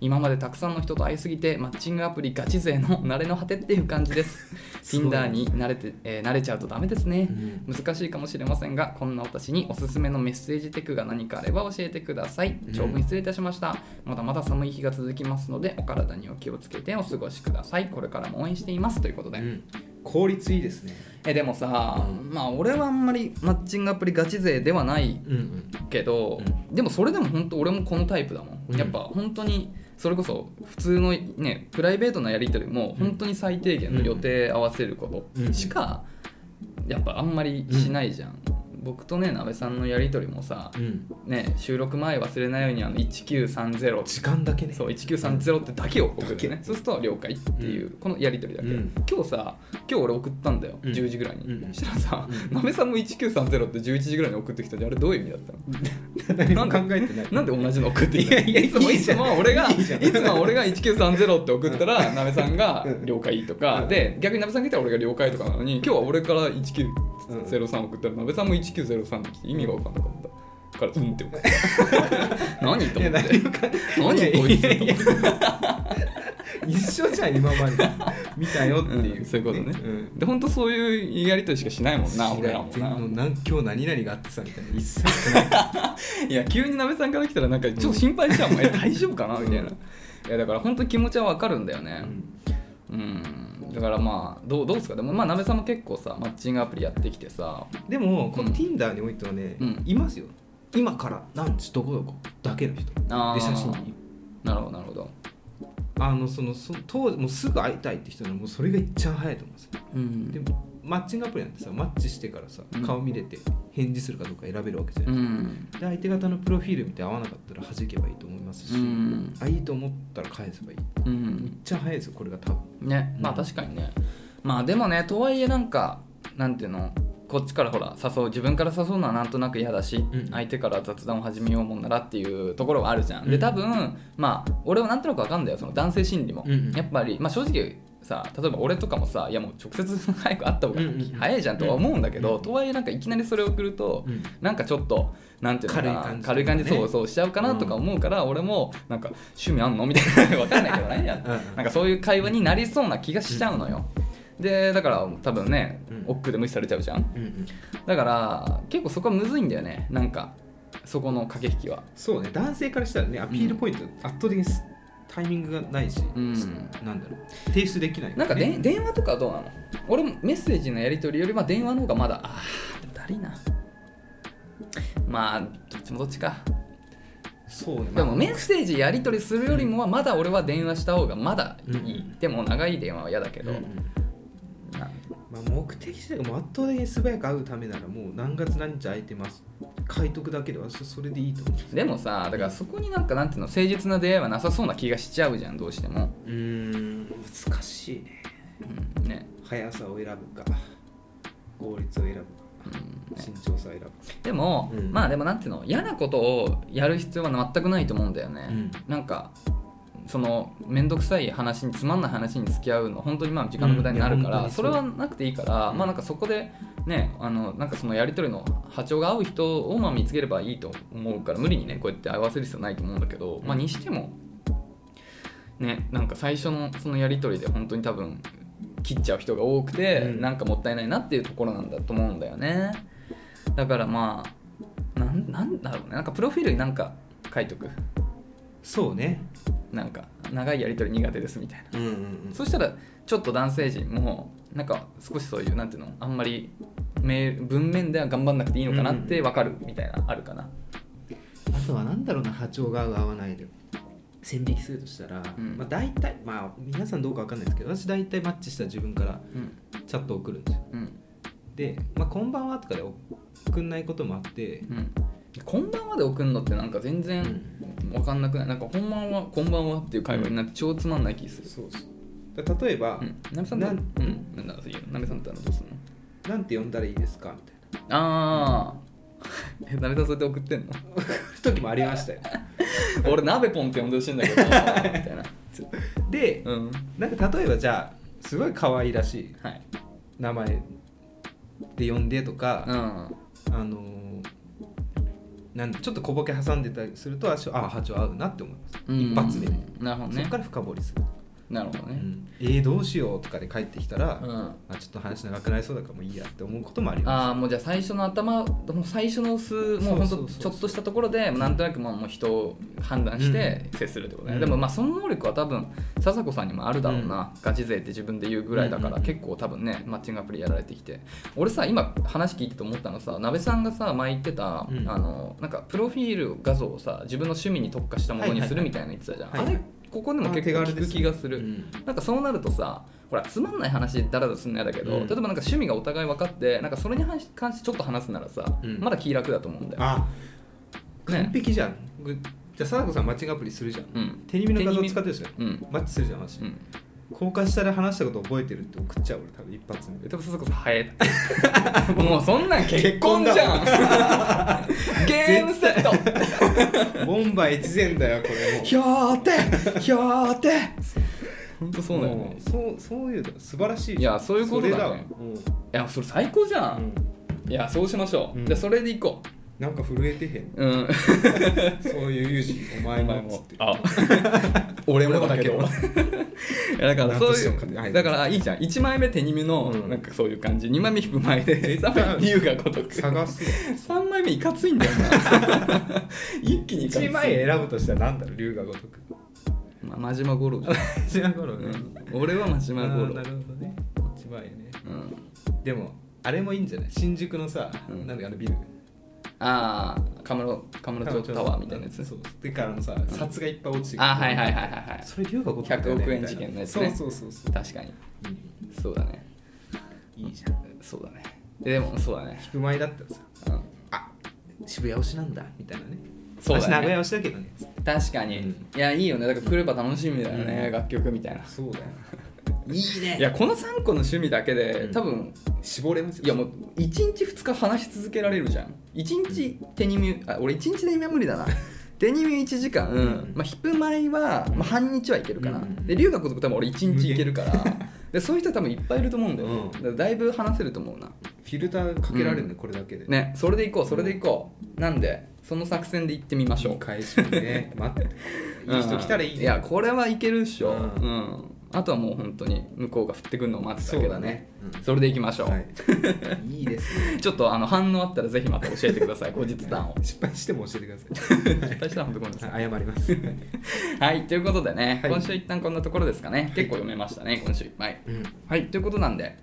Speaker 1: 今までたくさんの人と会いすぎてマッチングアプリガチ勢の慣れの果てっていう感じです
Speaker 2: [laughs] すごい
Speaker 1: Tinder に慣れて、えー慣れちゃうとダメですね、
Speaker 2: うん
Speaker 1: 難しいかもしれませんがこんな私におすすめのメッセージテクが何かあれば教えてください
Speaker 2: うん
Speaker 1: 長文失礼いたしました、まだまだ寒い日が続きますのでお体にお気をつけてお過ごしくださいこれからも応援していますということで、
Speaker 2: うん効率いいですね
Speaker 1: えでもさ、
Speaker 2: うん
Speaker 1: まあ俺はあんまりマッチングアプリガチ勢ではない
Speaker 2: うんうん
Speaker 1: けど、でもそれでも本当俺もこのタイプだもん、
Speaker 2: うん
Speaker 1: やっぱ本当にそれこそ普通のねプライベートなやり取りも本当に最低限の予定合わせるこ
Speaker 2: う
Speaker 1: と
Speaker 2: ん
Speaker 1: しかやっぱあんまりしないじゃん、僕とねなべさんのやり取りもさ、
Speaker 2: うん
Speaker 1: ね、収録前忘れないようにあの1930
Speaker 2: 時間だけね
Speaker 1: そう1930ってだけを送るねそうすると了解っていう、このやり取りだけ、
Speaker 2: うん
Speaker 1: 今日さ今日俺送ったんだよ、
Speaker 2: うん
Speaker 1: 10時ぐらいに、
Speaker 2: うん
Speaker 1: そしたらさ、なべさんも1930って11時ぐらいに送ってきたじゃんあれどういう意味だったの
Speaker 2: 何も
Speaker 1: な
Speaker 2: 考
Speaker 1: ん
Speaker 2: えてない
Speaker 1: なんで同じの送ってきたの
Speaker 2: いやいや
Speaker 1: つも
Speaker 2: い
Speaker 1: い
Speaker 2: いじ
Speaker 1: つ
Speaker 2: ゃん
Speaker 1: も俺がい
Speaker 2: いいじゃん
Speaker 1: つも俺が1930って送ったらなべさんが
Speaker 2: うん
Speaker 1: 了解とか
Speaker 2: うん
Speaker 1: で逆になべさんが来たら俺が了解とかなのに今日は俺から1903送ったらなべさんも1903に来て意味が分かんなかったからうんって送った
Speaker 2: [laughs]
Speaker 1: 何と
Speaker 2: い
Speaker 1: 思
Speaker 2: や
Speaker 1: って
Speaker 2: 何も考
Speaker 1: 何
Speaker 2: え
Speaker 1: こいつ
Speaker 2: ややや一緒じゃん今まで見たよっていう、
Speaker 1: うんそういうことね
Speaker 2: うん
Speaker 1: で本当そういうやり取りしかしないもんな
Speaker 2: 知
Speaker 1: 俺
Speaker 2: ら
Speaker 1: ら
Speaker 2: ん
Speaker 1: も
Speaker 2: 全
Speaker 1: な
Speaker 2: 然もうなん今日何々があってさみたいな一切してない
Speaker 1: いや急になべさんから来たらなんかちょっと心配しちゃうもんえ大丈夫かなみたいな
Speaker 2: うん
Speaker 1: いやだから本当に気持ちは分かるんだよね、うんだからまあどうどうですかでもまあなべさんも結構さマッチングアプリやってきてさ
Speaker 2: でもこ
Speaker 1: う
Speaker 2: の
Speaker 1: ん
Speaker 2: Tinder においてはね、
Speaker 1: うん
Speaker 2: いますよ今から何時どこどこだけの人
Speaker 1: あー
Speaker 2: で写真に
Speaker 1: なるほどなるほど
Speaker 2: あのそのそ当時もうすぐ会いたいって人ならもうそれが一番早いと思うんですよ
Speaker 1: うん
Speaker 2: でもマッチングアプリなんてさマッチしてからさ
Speaker 1: うん
Speaker 2: 顔見れて返事するかどうか選べるわけじゃ
Speaker 1: う
Speaker 2: ない、
Speaker 1: ん
Speaker 2: で相手方のプロフィール見て合わなかったら弾けばいいと思いますし、
Speaker 1: うん
Speaker 2: あいいと思ったら返せばいい
Speaker 1: うん
Speaker 2: めっちゃ早いですよこれが多分
Speaker 1: ねまあ
Speaker 2: うん
Speaker 1: 確かにねまあでもねとはいえなんかなんていうのこっちからほら誘う自分から誘うのはなんとなく嫌だし、
Speaker 2: うん
Speaker 1: 相手から雑談を始めようもんならっていうところはあるじゃん、
Speaker 2: う
Speaker 1: で
Speaker 2: ん
Speaker 1: 多分まあ俺はなんとなく分かんだよその男性心理も、
Speaker 2: うんうん
Speaker 1: やっぱり、まあ、正直さ例えば俺とかもさいやもう直接 [laughs] 早く会った方が
Speaker 2: うんうんうん
Speaker 1: 早いじゃんとは思うんだけど、
Speaker 2: うん
Speaker 1: とはいえなんかいきなりそれを送ると、
Speaker 2: うん
Speaker 1: なんかちょっとなんていうのかな
Speaker 2: 軽い感じ
Speaker 1: 軽い感じ,、
Speaker 2: とかね
Speaker 1: そうそうしちゃうかなとか思うから、俺もなんか趣味あんのみたいな分かんないけど
Speaker 2: [laughs]
Speaker 1: ねやっぱなんかそういう会話になりそうな気がしちゃうのよ。でだから多分ね
Speaker 2: うん
Speaker 1: 奥で無視されちゃうじゃん
Speaker 2: うんうん
Speaker 1: だから結構そこはむずいんだよねなんかそこの駆け引きは
Speaker 2: そうね男性からしたらねアピールポイント、圧倒的にすタイミングがないし、
Speaker 1: うん
Speaker 2: すなんだろう提出できない
Speaker 1: なんか
Speaker 2: ね
Speaker 1: で電話とかはどうなの俺もメッセージのやり取りよりは電話の方がまだあーでもだりいなまあどっちもどっちか
Speaker 2: そうね
Speaker 1: でもメッセージやり取りするよりもはまだ俺は電話した方がまだいい、
Speaker 2: うん
Speaker 1: でも長い電話は嫌だけど、
Speaker 2: うんうん
Speaker 1: な
Speaker 2: まあ、目的地がもう圧倒的に素早く会うためならもう何月何日空いてます書いとくだけで私はそれでいいと思う
Speaker 1: でもさだからそこになんかなんていうの誠実な出会いはなさそうな気がしちゃうじゃんどうしても、
Speaker 2: うーん難しいね
Speaker 1: うん、ね
Speaker 2: 速さを選ぶか効率を選ぶか
Speaker 1: うん
Speaker 2: 慎重さを選ぶか、
Speaker 1: でも、
Speaker 2: うん
Speaker 1: まあでもなんていうの嫌なことをやる必要は全くないと思うんだよね、
Speaker 2: うん
Speaker 1: なんかその面倒くさい話につまんない話に付き合うの本当にまあ時間の無駄になるから、
Speaker 2: うんいや本当に
Speaker 1: そ
Speaker 2: そ
Speaker 1: れ
Speaker 2: う
Speaker 1: はなくていいから、
Speaker 2: うん
Speaker 1: まあなんかそこでねあのなんかそのやり取りの波長が合う人をまあ見つければいいと思うから無理にねこうやって合わせる必要ないと思うんだけど、まあにしてもねなんか最初のそのやり取りで本当に多分切っちゃう人が多くて、
Speaker 2: うん
Speaker 1: なんかもったいないなっていうところなんだと思うんだよねだからまあなんなんだろうねなんかプロフィールになんか書いとく
Speaker 2: そうね
Speaker 1: なんか長いやり取り苦手ですみたいな
Speaker 2: うんうんうん
Speaker 1: そしたらちょっと男性陣もなんか少しそういうなんていうのあんまりメール文面では頑張んなくていいのかなって分かるみたいなあるかな
Speaker 2: あとはなんだろうな波長が合う合わないで線引きするとしたら、
Speaker 1: うん
Speaker 2: まあ大体まあ皆さんどうかわかんないですけど私大体マッチしたら自分から
Speaker 1: うん
Speaker 2: チャット送るんですよ
Speaker 1: うん
Speaker 2: で「まあ、こんばんは」とかで送んないこともあって、
Speaker 1: うんこんばんはで送るのってなんか全然分かんなくないなんかこんばんはこんばんはっていう会話になって超つまんない気する
Speaker 2: そうそうだ例えば、
Speaker 1: うんなべさんだ
Speaker 2: な
Speaker 1: うんんなんだそういうなべさんだったらどうするの
Speaker 2: なんて呼んだらいいですか?」みたいな
Speaker 1: ああ [laughs] えなべさんそうやって送ってんの
Speaker 2: 時もありましたよ
Speaker 1: 俺鍋ポンって呼んでほしいんだけどみたいな
Speaker 2: で
Speaker 1: うん
Speaker 2: なんか例えばじゃあすごい可愛らしい
Speaker 1: はい
Speaker 2: 名前で呼んでとか、
Speaker 1: うん
Speaker 2: あのーなんちょっと小ボケ挟んでたりするとあしあ波長合うなって思います、
Speaker 1: うん
Speaker 2: 一発目で、
Speaker 1: なるほど
Speaker 2: そ
Speaker 1: ね
Speaker 2: こから深掘りする、
Speaker 1: なるほど
Speaker 2: う
Speaker 1: ね、
Speaker 2: んえー、どうしようとかで帰ってきたら、
Speaker 1: うん
Speaker 2: あちょっと話長くなりそうだからもういいやって思うこともあり
Speaker 1: あ
Speaker 2: ま
Speaker 1: あもうじゃあ最初の頭もう最初の数もう
Speaker 2: そうそ
Speaker 1: ほん
Speaker 2: う
Speaker 1: と
Speaker 2: そう
Speaker 1: ちょっとしたところでなんとなくまあもう人を判断して接するってことね、
Speaker 2: うん
Speaker 1: でもまあその能力は多分笹子さんにもあるだろうな、ガチ勢って自分で言うぐらいだか
Speaker 2: うんうん
Speaker 1: ら
Speaker 2: うん
Speaker 1: 結構多分ねマッチングアプリやられてきて俺さ今話聞いてて思ったのさ鍋さんがさ前言ってた、
Speaker 2: うん
Speaker 1: あのなんかプロフィール画像をさ自分の趣味に特化したものにするみたいなの言ってたじゃん、
Speaker 2: はいはいはい
Speaker 1: あれここでも結構
Speaker 2: あ手
Speaker 1: 聞
Speaker 2: 軽で
Speaker 1: く
Speaker 2: すね
Speaker 1: 気がする
Speaker 2: す、うん
Speaker 1: なんかそうなるとさほらつまんない話だらだらすんの嫌だけど、
Speaker 2: うん
Speaker 1: 例えばなんか趣味がお互い分かってなんかそれに関し関してちょっと話すならさ、
Speaker 2: うん
Speaker 1: まだ気楽だと思うんだよ。
Speaker 2: あ完
Speaker 1: ね
Speaker 2: 璧じゃん、ぐじゃあ貞子さんマッチングアプリするじゃん、
Speaker 1: うん
Speaker 2: 手に身の画像使ってるじゃん
Speaker 1: うん
Speaker 2: マッチするじゃん話、
Speaker 1: うん、
Speaker 2: 交換したら話したこと覚えてるって送っちゃう俺多分一発目
Speaker 1: でもそこそ早い
Speaker 2: [laughs]
Speaker 1: もうそんなん結婚じゃんゲームセット [laughs]
Speaker 2: ボンバー越前だよこれも
Speaker 1: ひょーてひょーてほんとそうだよね
Speaker 2: もうそうそういうの素晴らしい
Speaker 1: いやそういうことだね
Speaker 2: それわ
Speaker 1: いやそれ最高じゃ
Speaker 2: うん
Speaker 1: ん、
Speaker 2: うん
Speaker 1: いやそうしましょう、
Speaker 2: うん
Speaker 1: じゃあそれでいこ
Speaker 2: なんか震えてへん
Speaker 1: ううん
Speaker 2: そういう友人お前もっ
Speaker 1: [laughs]
Speaker 2: つって
Speaker 1: あ俺もだけどい
Speaker 2: [laughs] 俺も [laughs]
Speaker 1: やだからそうい
Speaker 2: なんとしようか
Speaker 1: う
Speaker 2: はい
Speaker 1: だからいいじゃん1枚目手に身の
Speaker 2: うん
Speaker 1: なんかそういう感じ2枚目引く
Speaker 2: [laughs]
Speaker 1: 前で
Speaker 2: 絶
Speaker 1: 3
Speaker 2: 対
Speaker 1: 枚目理由がごとく
Speaker 2: 探す
Speaker 1: 3枚目いかついんだよな
Speaker 2: [laughs]
Speaker 1: 一気にいかつい
Speaker 2: 1枚選ぶとしたら何だろう龍が如く
Speaker 1: ま真島五郎じゃん、
Speaker 2: 一枚頃
Speaker 1: う
Speaker 2: ね
Speaker 1: ん、俺は真
Speaker 2: 一
Speaker 1: 島五郎
Speaker 2: なるほどね一枚ね
Speaker 1: うん、
Speaker 2: でもあれもいいんじゃない新宿のさ
Speaker 1: うん
Speaker 2: なんだかあのビル
Speaker 1: ああカムロカムロ町タワーみたいなやつ
Speaker 2: そうでからのさ札がいっぱい落ちてくる
Speaker 1: あはいはいはいはいはい
Speaker 2: それ龍が如くだよね
Speaker 1: 100億円事件のやつね
Speaker 2: そうそうそうそう
Speaker 1: 確かに
Speaker 2: い
Speaker 1: そうだね
Speaker 2: いいいじゃん
Speaker 1: そうだねでもそうだね、
Speaker 2: 引く前だったらさ
Speaker 1: うん、
Speaker 2: あ渋谷推しなんだみたいなね
Speaker 1: そうだね
Speaker 2: 私名古屋推しだけどねつって
Speaker 1: 確かに、
Speaker 2: うん
Speaker 1: いやいいよねだから来れば楽しみだよね、
Speaker 2: うん
Speaker 1: 楽曲みたいな
Speaker 2: そうだよいいね
Speaker 1: いやこの3個の趣味だけで
Speaker 2: うん
Speaker 1: 多分、
Speaker 2: 絞れますよ
Speaker 1: いやもう1日2日話し続けられるじゃん1日手に身あ俺1日手に身は無理
Speaker 2: [laughs]
Speaker 1: だな手に身1時間、
Speaker 2: ん
Speaker 1: まあ、ヒップ米は、まあ、半日はいけるかな、
Speaker 2: うん
Speaker 1: で留学とか多分俺1日いけるから [laughs] でそういう人多分いっぱいいると思うんだよ、
Speaker 2: うん
Speaker 1: だからだいぶ話せると思うな
Speaker 2: フィルターかけられるね、
Speaker 1: うん
Speaker 2: これだけで
Speaker 1: ねそれでいこうそれでいこう、なんでその作戦でいってみましょう
Speaker 2: いい返しね待っていい人来たらいい、
Speaker 1: うんやこれはいけるっしょ、う
Speaker 2: うんん
Speaker 1: あとはもう本当に向こうが振ってくるのを待つだけだね
Speaker 2: そう
Speaker 1: そ
Speaker 2: だねうん
Speaker 1: れでいきましょう、
Speaker 2: はい、いいですね
Speaker 1: ちょっとあの反応あったらぜひまた教えてくだ
Speaker 2: [laughs]
Speaker 1: さい後日談を
Speaker 2: 失敗しても教えてくだ
Speaker 1: 失敗したら本当ごめんな
Speaker 2: さ
Speaker 1: さ [laughs]
Speaker 2: いはい謝ります、
Speaker 1: いはいということでね、
Speaker 2: はい
Speaker 1: 今週一旦こんなところですかね結構読めましたね今週いっぱい
Speaker 2: うん、
Speaker 1: はいということなんで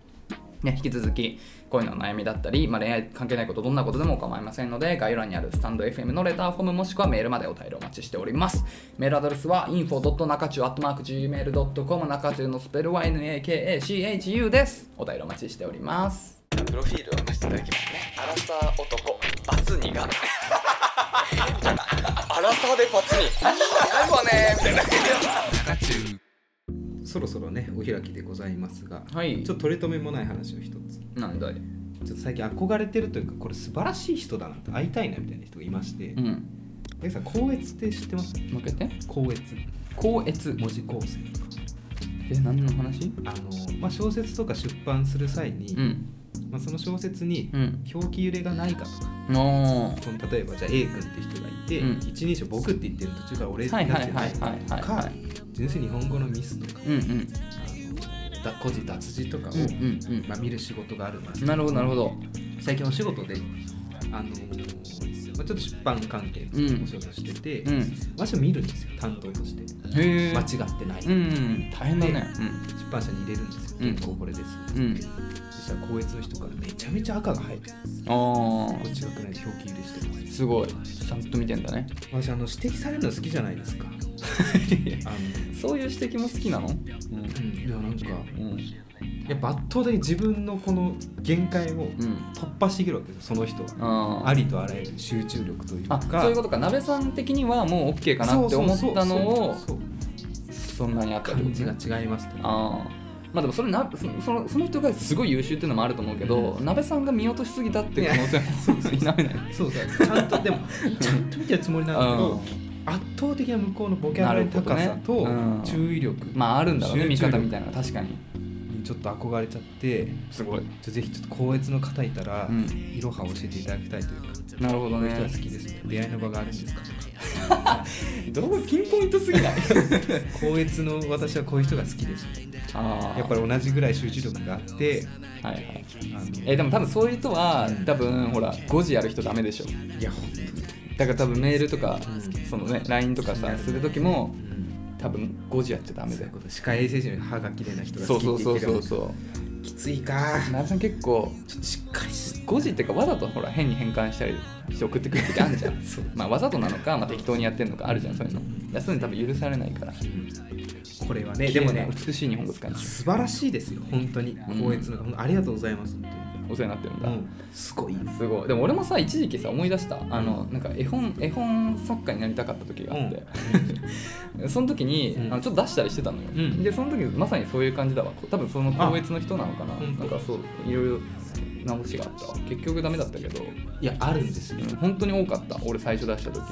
Speaker 1: ね、引き続き恋の悩みだったり、まあ、恋愛関係ないことどんなことでも構いませんので概要欄にあるスタンド FM のレターフォームもしくはメールまでお便りお待ちしておりますメールアドレスは info.nakachu.gmail.com 中中のスペルは nakachu ですお便りお待ちしておりますプロフィールを出していただきますねアラサー男バツ2が [laughs] アラサーでバツ2あやばねみたいな
Speaker 2: そろそろねお開きでございますが、
Speaker 1: はい
Speaker 2: ちょっと取り留めもない話を一つ
Speaker 1: なんだい
Speaker 2: ちょっと最近憧れてるというかこれ素晴らしい人だなって会いたいなみたいな人がいまして、
Speaker 1: うん
Speaker 2: えさん光悦って知ってます
Speaker 1: もう一回言って
Speaker 2: 光悦
Speaker 1: 高越
Speaker 2: 文字構成
Speaker 1: え何の話
Speaker 2: あの、まあ、小説とか出版する際に、
Speaker 1: うん
Speaker 2: まあ、その小説に
Speaker 1: うん
Speaker 2: 表記揺れがないかとか
Speaker 1: もう
Speaker 2: その例えばじゃあ A 君って人がいて、
Speaker 1: うん
Speaker 2: 一人称僕って言ってる途中から俺にな
Speaker 1: は
Speaker 2: っ
Speaker 1: い
Speaker 2: てる
Speaker 1: はいはいはいはいは
Speaker 2: か
Speaker 1: い
Speaker 2: 純粋に日本語のミスとか、
Speaker 1: うんうん
Speaker 2: あのだ孤児脱字とかを、
Speaker 1: うんうん
Speaker 2: まあ、見る仕事があるんです
Speaker 1: うんなるほどなるほど
Speaker 2: 最近お仕事であの、まあ、ちょっと出版関係
Speaker 1: うん
Speaker 2: のお仕事してて、
Speaker 1: うん
Speaker 2: 私を見るんですよ担当として
Speaker 1: へえ
Speaker 2: 間違ってない、
Speaker 1: うんうん大変だね
Speaker 2: 出版社に入れるんですよ
Speaker 1: うん
Speaker 2: 原稿これです、
Speaker 1: うんうん
Speaker 2: そしたら光悦の人からめちゃめちゃ赤が入ってる
Speaker 1: あ
Speaker 2: これ違くない表記入れしてます
Speaker 1: あすごいちゃんと見てんだね
Speaker 2: 私あの指摘されるの好きじゃないですかあの
Speaker 1: そういう指摘も好きなのうん
Speaker 2: うん、いやなんか
Speaker 1: うん
Speaker 2: やっぱ圧倒的に自分のこの限界
Speaker 1: う
Speaker 2: を
Speaker 1: ん
Speaker 2: 突破してきるわけですよその人は
Speaker 1: あ
Speaker 2: ありとあらゆる集中力というか
Speaker 1: あそういうことか鍋さん的にはもう OK かなって思ったのを
Speaker 2: そうそうそう
Speaker 1: そんなにあった
Speaker 2: 感じが違いますと
Speaker 1: ああまあでもそれなそそのその人がすごい優秀っていうのもあると思うけど、
Speaker 2: う
Speaker 1: 鍋さんが見落としすぎたっていう可能性も否め [laughs] ない
Speaker 2: そうそうちゃんとでもちゃんと見てるつもりなんだけ
Speaker 1: うん
Speaker 2: ど圧倒的な向こうのボキャブラリーの高さ
Speaker 1: なるほ
Speaker 2: と
Speaker 1: どねうん
Speaker 2: 注意力
Speaker 1: まああるんだろうね
Speaker 2: 集
Speaker 1: 見
Speaker 2: 中
Speaker 1: 方
Speaker 2: 力
Speaker 1: みたいなのが確かに
Speaker 2: ちょっと憧れちゃって
Speaker 1: すごい、
Speaker 2: ちょぜひちょっと高越の方いたら、
Speaker 1: うん
Speaker 2: いろはを教えていただきたいというか
Speaker 1: なるほど
Speaker 2: この
Speaker 1: ね
Speaker 2: 人は好きですね出会いの場があるんですかとか
Speaker 1: どうピンポイントすぎない
Speaker 2: 高越の私はこういう人が好きですね
Speaker 1: [laughs] あ
Speaker 2: やっぱり同じぐらい集中力があって
Speaker 1: り、はいはい、
Speaker 2: あの
Speaker 1: えでも多分そういう人は
Speaker 2: うん
Speaker 1: 多分ほら5時やる人ダメでしょ
Speaker 2: いやほんとに
Speaker 1: だから多分メールとか、
Speaker 2: うん
Speaker 1: そのね LINE とかさする時も多分5時やっちゃダメ
Speaker 2: そう
Speaker 1: だ
Speaker 2: いう
Speaker 1: よ
Speaker 2: こと歯科衛生士の歯が綺麗な人が
Speaker 1: そ
Speaker 2: 好
Speaker 1: う
Speaker 2: き
Speaker 1: そ
Speaker 2: っ
Speaker 1: うそう
Speaker 2: て言ってる
Speaker 1: そうそ [laughs]
Speaker 2: きついか
Speaker 1: う奈良さん結構
Speaker 2: ちょっとしっかりし
Speaker 1: 5時っていうかわざとほら変に変換したりして送ってくる時あるじゃん [laughs]
Speaker 2: そう
Speaker 1: まあわざとなのか、まあ、適当にやってんのかあるじゃんそういうのいやそういうの多分許されないから
Speaker 2: これはねでもね
Speaker 1: 綺麗な美しい日本語使います
Speaker 2: 素晴らしいですよ本当に
Speaker 1: ん
Speaker 2: 高越のほんとありがとうございます本
Speaker 1: お世話になってるん
Speaker 2: 当
Speaker 1: だ、
Speaker 2: にうんすごいです
Speaker 1: すごいでも俺もさ一時期さ思い出したあのなんか絵本絵本作家になりたかった時があって、 [laughs] その時に、
Speaker 2: うん
Speaker 1: あのちょっと出したりしてたのよ、
Speaker 2: うん
Speaker 1: でその時まさにそういう感じだわこう多分その高越の人なのかな
Speaker 2: あうん
Speaker 1: なんかそういろいろ直しがあったわ結局ダメだったけど、
Speaker 2: いやあるんですよ
Speaker 1: うん本当に多かった俺最初出した時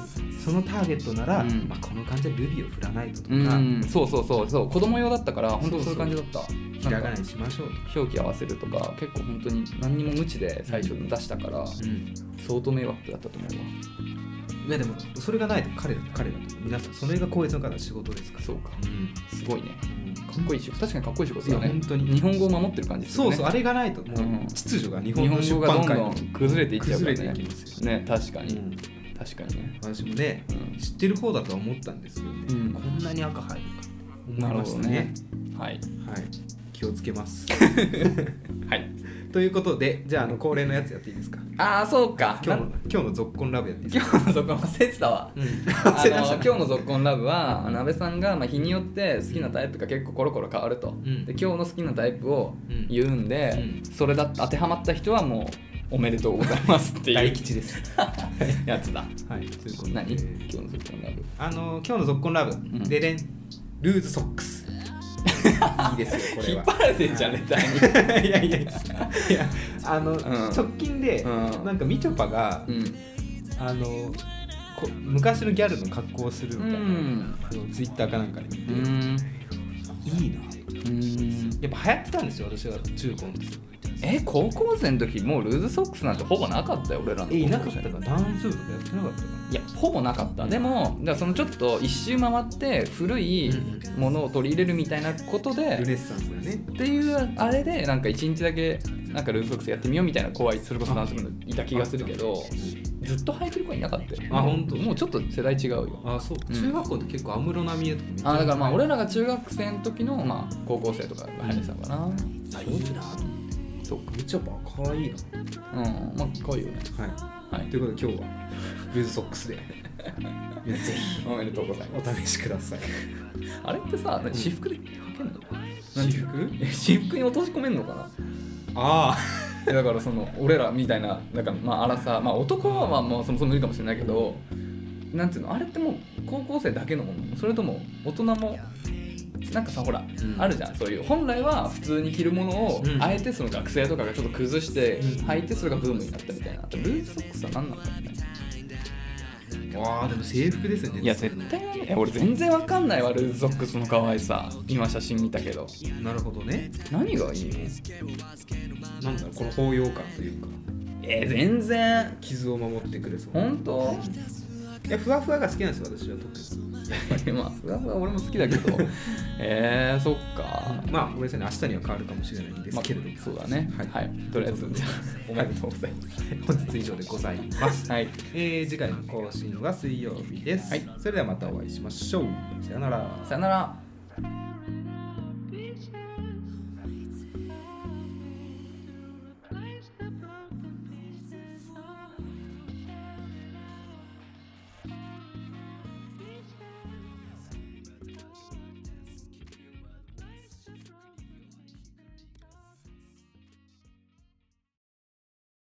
Speaker 2: そのターゲットなら
Speaker 1: うん
Speaker 2: まあこの感じはルビーを振らないとと
Speaker 1: う
Speaker 2: か
Speaker 1: んそうそうそうそう子供用だったから本当そういう感じだった
Speaker 2: ひらが
Speaker 1: な
Speaker 2: なん
Speaker 1: か
Speaker 2: にしましょうとか
Speaker 1: 表記合わせるとか結構本当に何にも無知で最初に出したから、相当迷惑だったと思うわ
Speaker 2: いやでもそれがないと彼ら彼らと皆さんそれが高越の方の仕事ですから
Speaker 1: そうか
Speaker 2: うん
Speaker 1: すごいねかっこいい仕事確かにかっこいい仕事だよね
Speaker 2: いや本当に
Speaker 1: 日本語を守ってる感じです
Speaker 2: そ
Speaker 1: よ
Speaker 2: う
Speaker 1: ね
Speaker 2: そうあれがないとも
Speaker 1: うん
Speaker 2: う秩序が日
Speaker 1: 日
Speaker 2: 本の
Speaker 1: 本
Speaker 2: 出
Speaker 1: 語がど
Speaker 2: 版
Speaker 1: ん
Speaker 2: 界
Speaker 1: ど
Speaker 2: の
Speaker 1: ん崩れていっちゃうから
Speaker 2: 崩れてい
Speaker 1: ね
Speaker 2: きますよ
Speaker 1: ね確かに、
Speaker 2: うん
Speaker 1: 確かにね
Speaker 2: 私もね
Speaker 1: うん
Speaker 2: 知ってる方だとは思ったんですけどね
Speaker 1: うん
Speaker 2: こんなに赤入るか思
Speaker 1: ないるほ
Speaker 2: まし
Speaker 1: ど
Speaker 2: たね
Speaker 1: ねはい
Speaker 2: はい気をつけます
Speaker 1: はい
Speaker 2: ということでじゃああの恒例のやつやっていいですか
Speaker 1: ああそうか
Speaker 2: 今日
Speaker 1: な
Speaker 2: の今日の「ぞっこんラブ」やっていいです
Speaker 1: 今
Speaker 2: か
Speaker 1: 日の続婚忘れてた [laughs] わあの
Speaker 2: [laughs]
Speaker 1: 今日の「続婚ラブは」あの安倍さんがまあ日によって好きなタイプが結構コロコロ変わると、
Speaker 2: ん
Speaker 1: で今日の好きなタイプを
Speaker 2: うん
Speaker 1: 言うんで、
Speaker 2: うん
Speaker 1: それだ当てはまった人はもうおめでとうございますってい
Speaker 2: 大
Speaker 1: う
Speaker 2: 吉です
Speaker 1: [laughs] やつだ
Speaker 2: はいということで
Speaker 1: 何今日の「続婚ラブ」
Speaker 2: あの今日の「ぞっこんラブ」
Speaker 1: ん
Speaker 2: ででんルーズソックスいいですよこれ
Speaker 1: 引っ
Speaker 2: は
Speaker 1: 張られてんじゃん絶対に
Speaker 2: [laughs] いやいやいやいやあの、直近で、
Speaker 1: うん
Speaker 2: なんかみちょぱが、
Speaker 1: うん
Speaker 2: あのこ昔のギャルの格好をするみたいな、
Speaker 1: うん
Speaker 2: あのツイッターかなんかで見て、
Speaker 1: うん
Speaker 2: いいなやっぱ流行ってたんですよ私は中高の時
Speaker 1: え高校生の時もうルーズソックスなんてほぼなかったよ俺らの
Speaker 2: えいな
Speaker 1: 高
Speaker 2: か
Speaker 1: 校
Speaker 2: った
Speaker 1: 生
Speaker 2: かダンス部とかやってなかったか
Speaker 1: いやほぼなかったでもだからそのちょっと一周回って古いものを取り入れるみたいなこと
Speaker 2: なルネ
Speaker 1: で
Speaker 2: ッサンスだね
Speaker 1: っていうあれでなんか一日だけなんかルーズソックスやってみようみたいな子はそれこそダンス部のいた気がするけどずっと履いてる子はいなかったよ
Speaker 2: あほんと
Speaker 1: もうちょっと世代違うよ
Speaker 2: あそう、
Speaker 1: うん
Speaker 2: 中学校って結構安室奈美恵とか見て
Speaker 1: あだからまあ俺らが中学生の時のまあ高校生とかが入ってたのかな、
Speaker 2: あいいな
Speaker 1: そっか
Speaker 2: みちょぱかわいいな
Speaker 1: うんまあ可愛いよね
Speaker 2: は
Speaker 1: はい
Speaker 2: いということで今日はルーズソックス [laughs] でいやぜひ
Speaker 1: おめでとうございます
Speaker 2: お試しください
Speaker 1: あれってさ、私服で履けんの
Speaker 2: 私服
Speaker 1: え私服に落とし込めんのかな
Speaker 2: あ
Speaker 1: えだからその俺らみたいななんかまあ荒さまあ男はまあもうそもそも無理かもしれないけどなんていうのあれってもう高校生だけのものなのそれとも大人もなんかさほら、
Speaker 2: ん
Speaker 1: あるじゃんそういう本来は普通に着るものを、
Speaker 2: うん
Speaker 1: あえてその学生とかがちょっと崩して
Speaker 2: うん
Speaker 1: 履いてそれがブームになったみたいなルーズソックスは何なのかみたいな
Speaker 2: あわあでも制服ですよね
Speaker 1: いや絶対ないえ俺全然わかんないわルーズソックスの可愛さ今写真見たけど
Speaker 2: なるほどね
Speaker 1: 何がいいの
Speaker 2: なんだろうこの包容感というか
Speaker 1: えー全然
Speaker 2: 傷を守ってくれそうな
Speaker 1: 本当
Speaker 2: いやふわふわが好きなんですよ私は特に
Speaker 1: まあふわふわ俺も好きだけどえー、そっか
Speaker 2: まあごめんなさいね明日には変わるかもしれないんです
Speaker 1: まあ
Speaker 2: けれども、
Speaker 1: そうだねは、
Speaker 2: はいい
Speaker 1: とりあえずじゃあおめでとうございます
Speaker 2: 本日以上でございます、
Speaker 1: はい
Speaker 2: えー次回の更新は水曜日です、
Speaker 1: はい
Speaker 2: それではまたお会いしましょうさよなら
Speaker 1: さよなら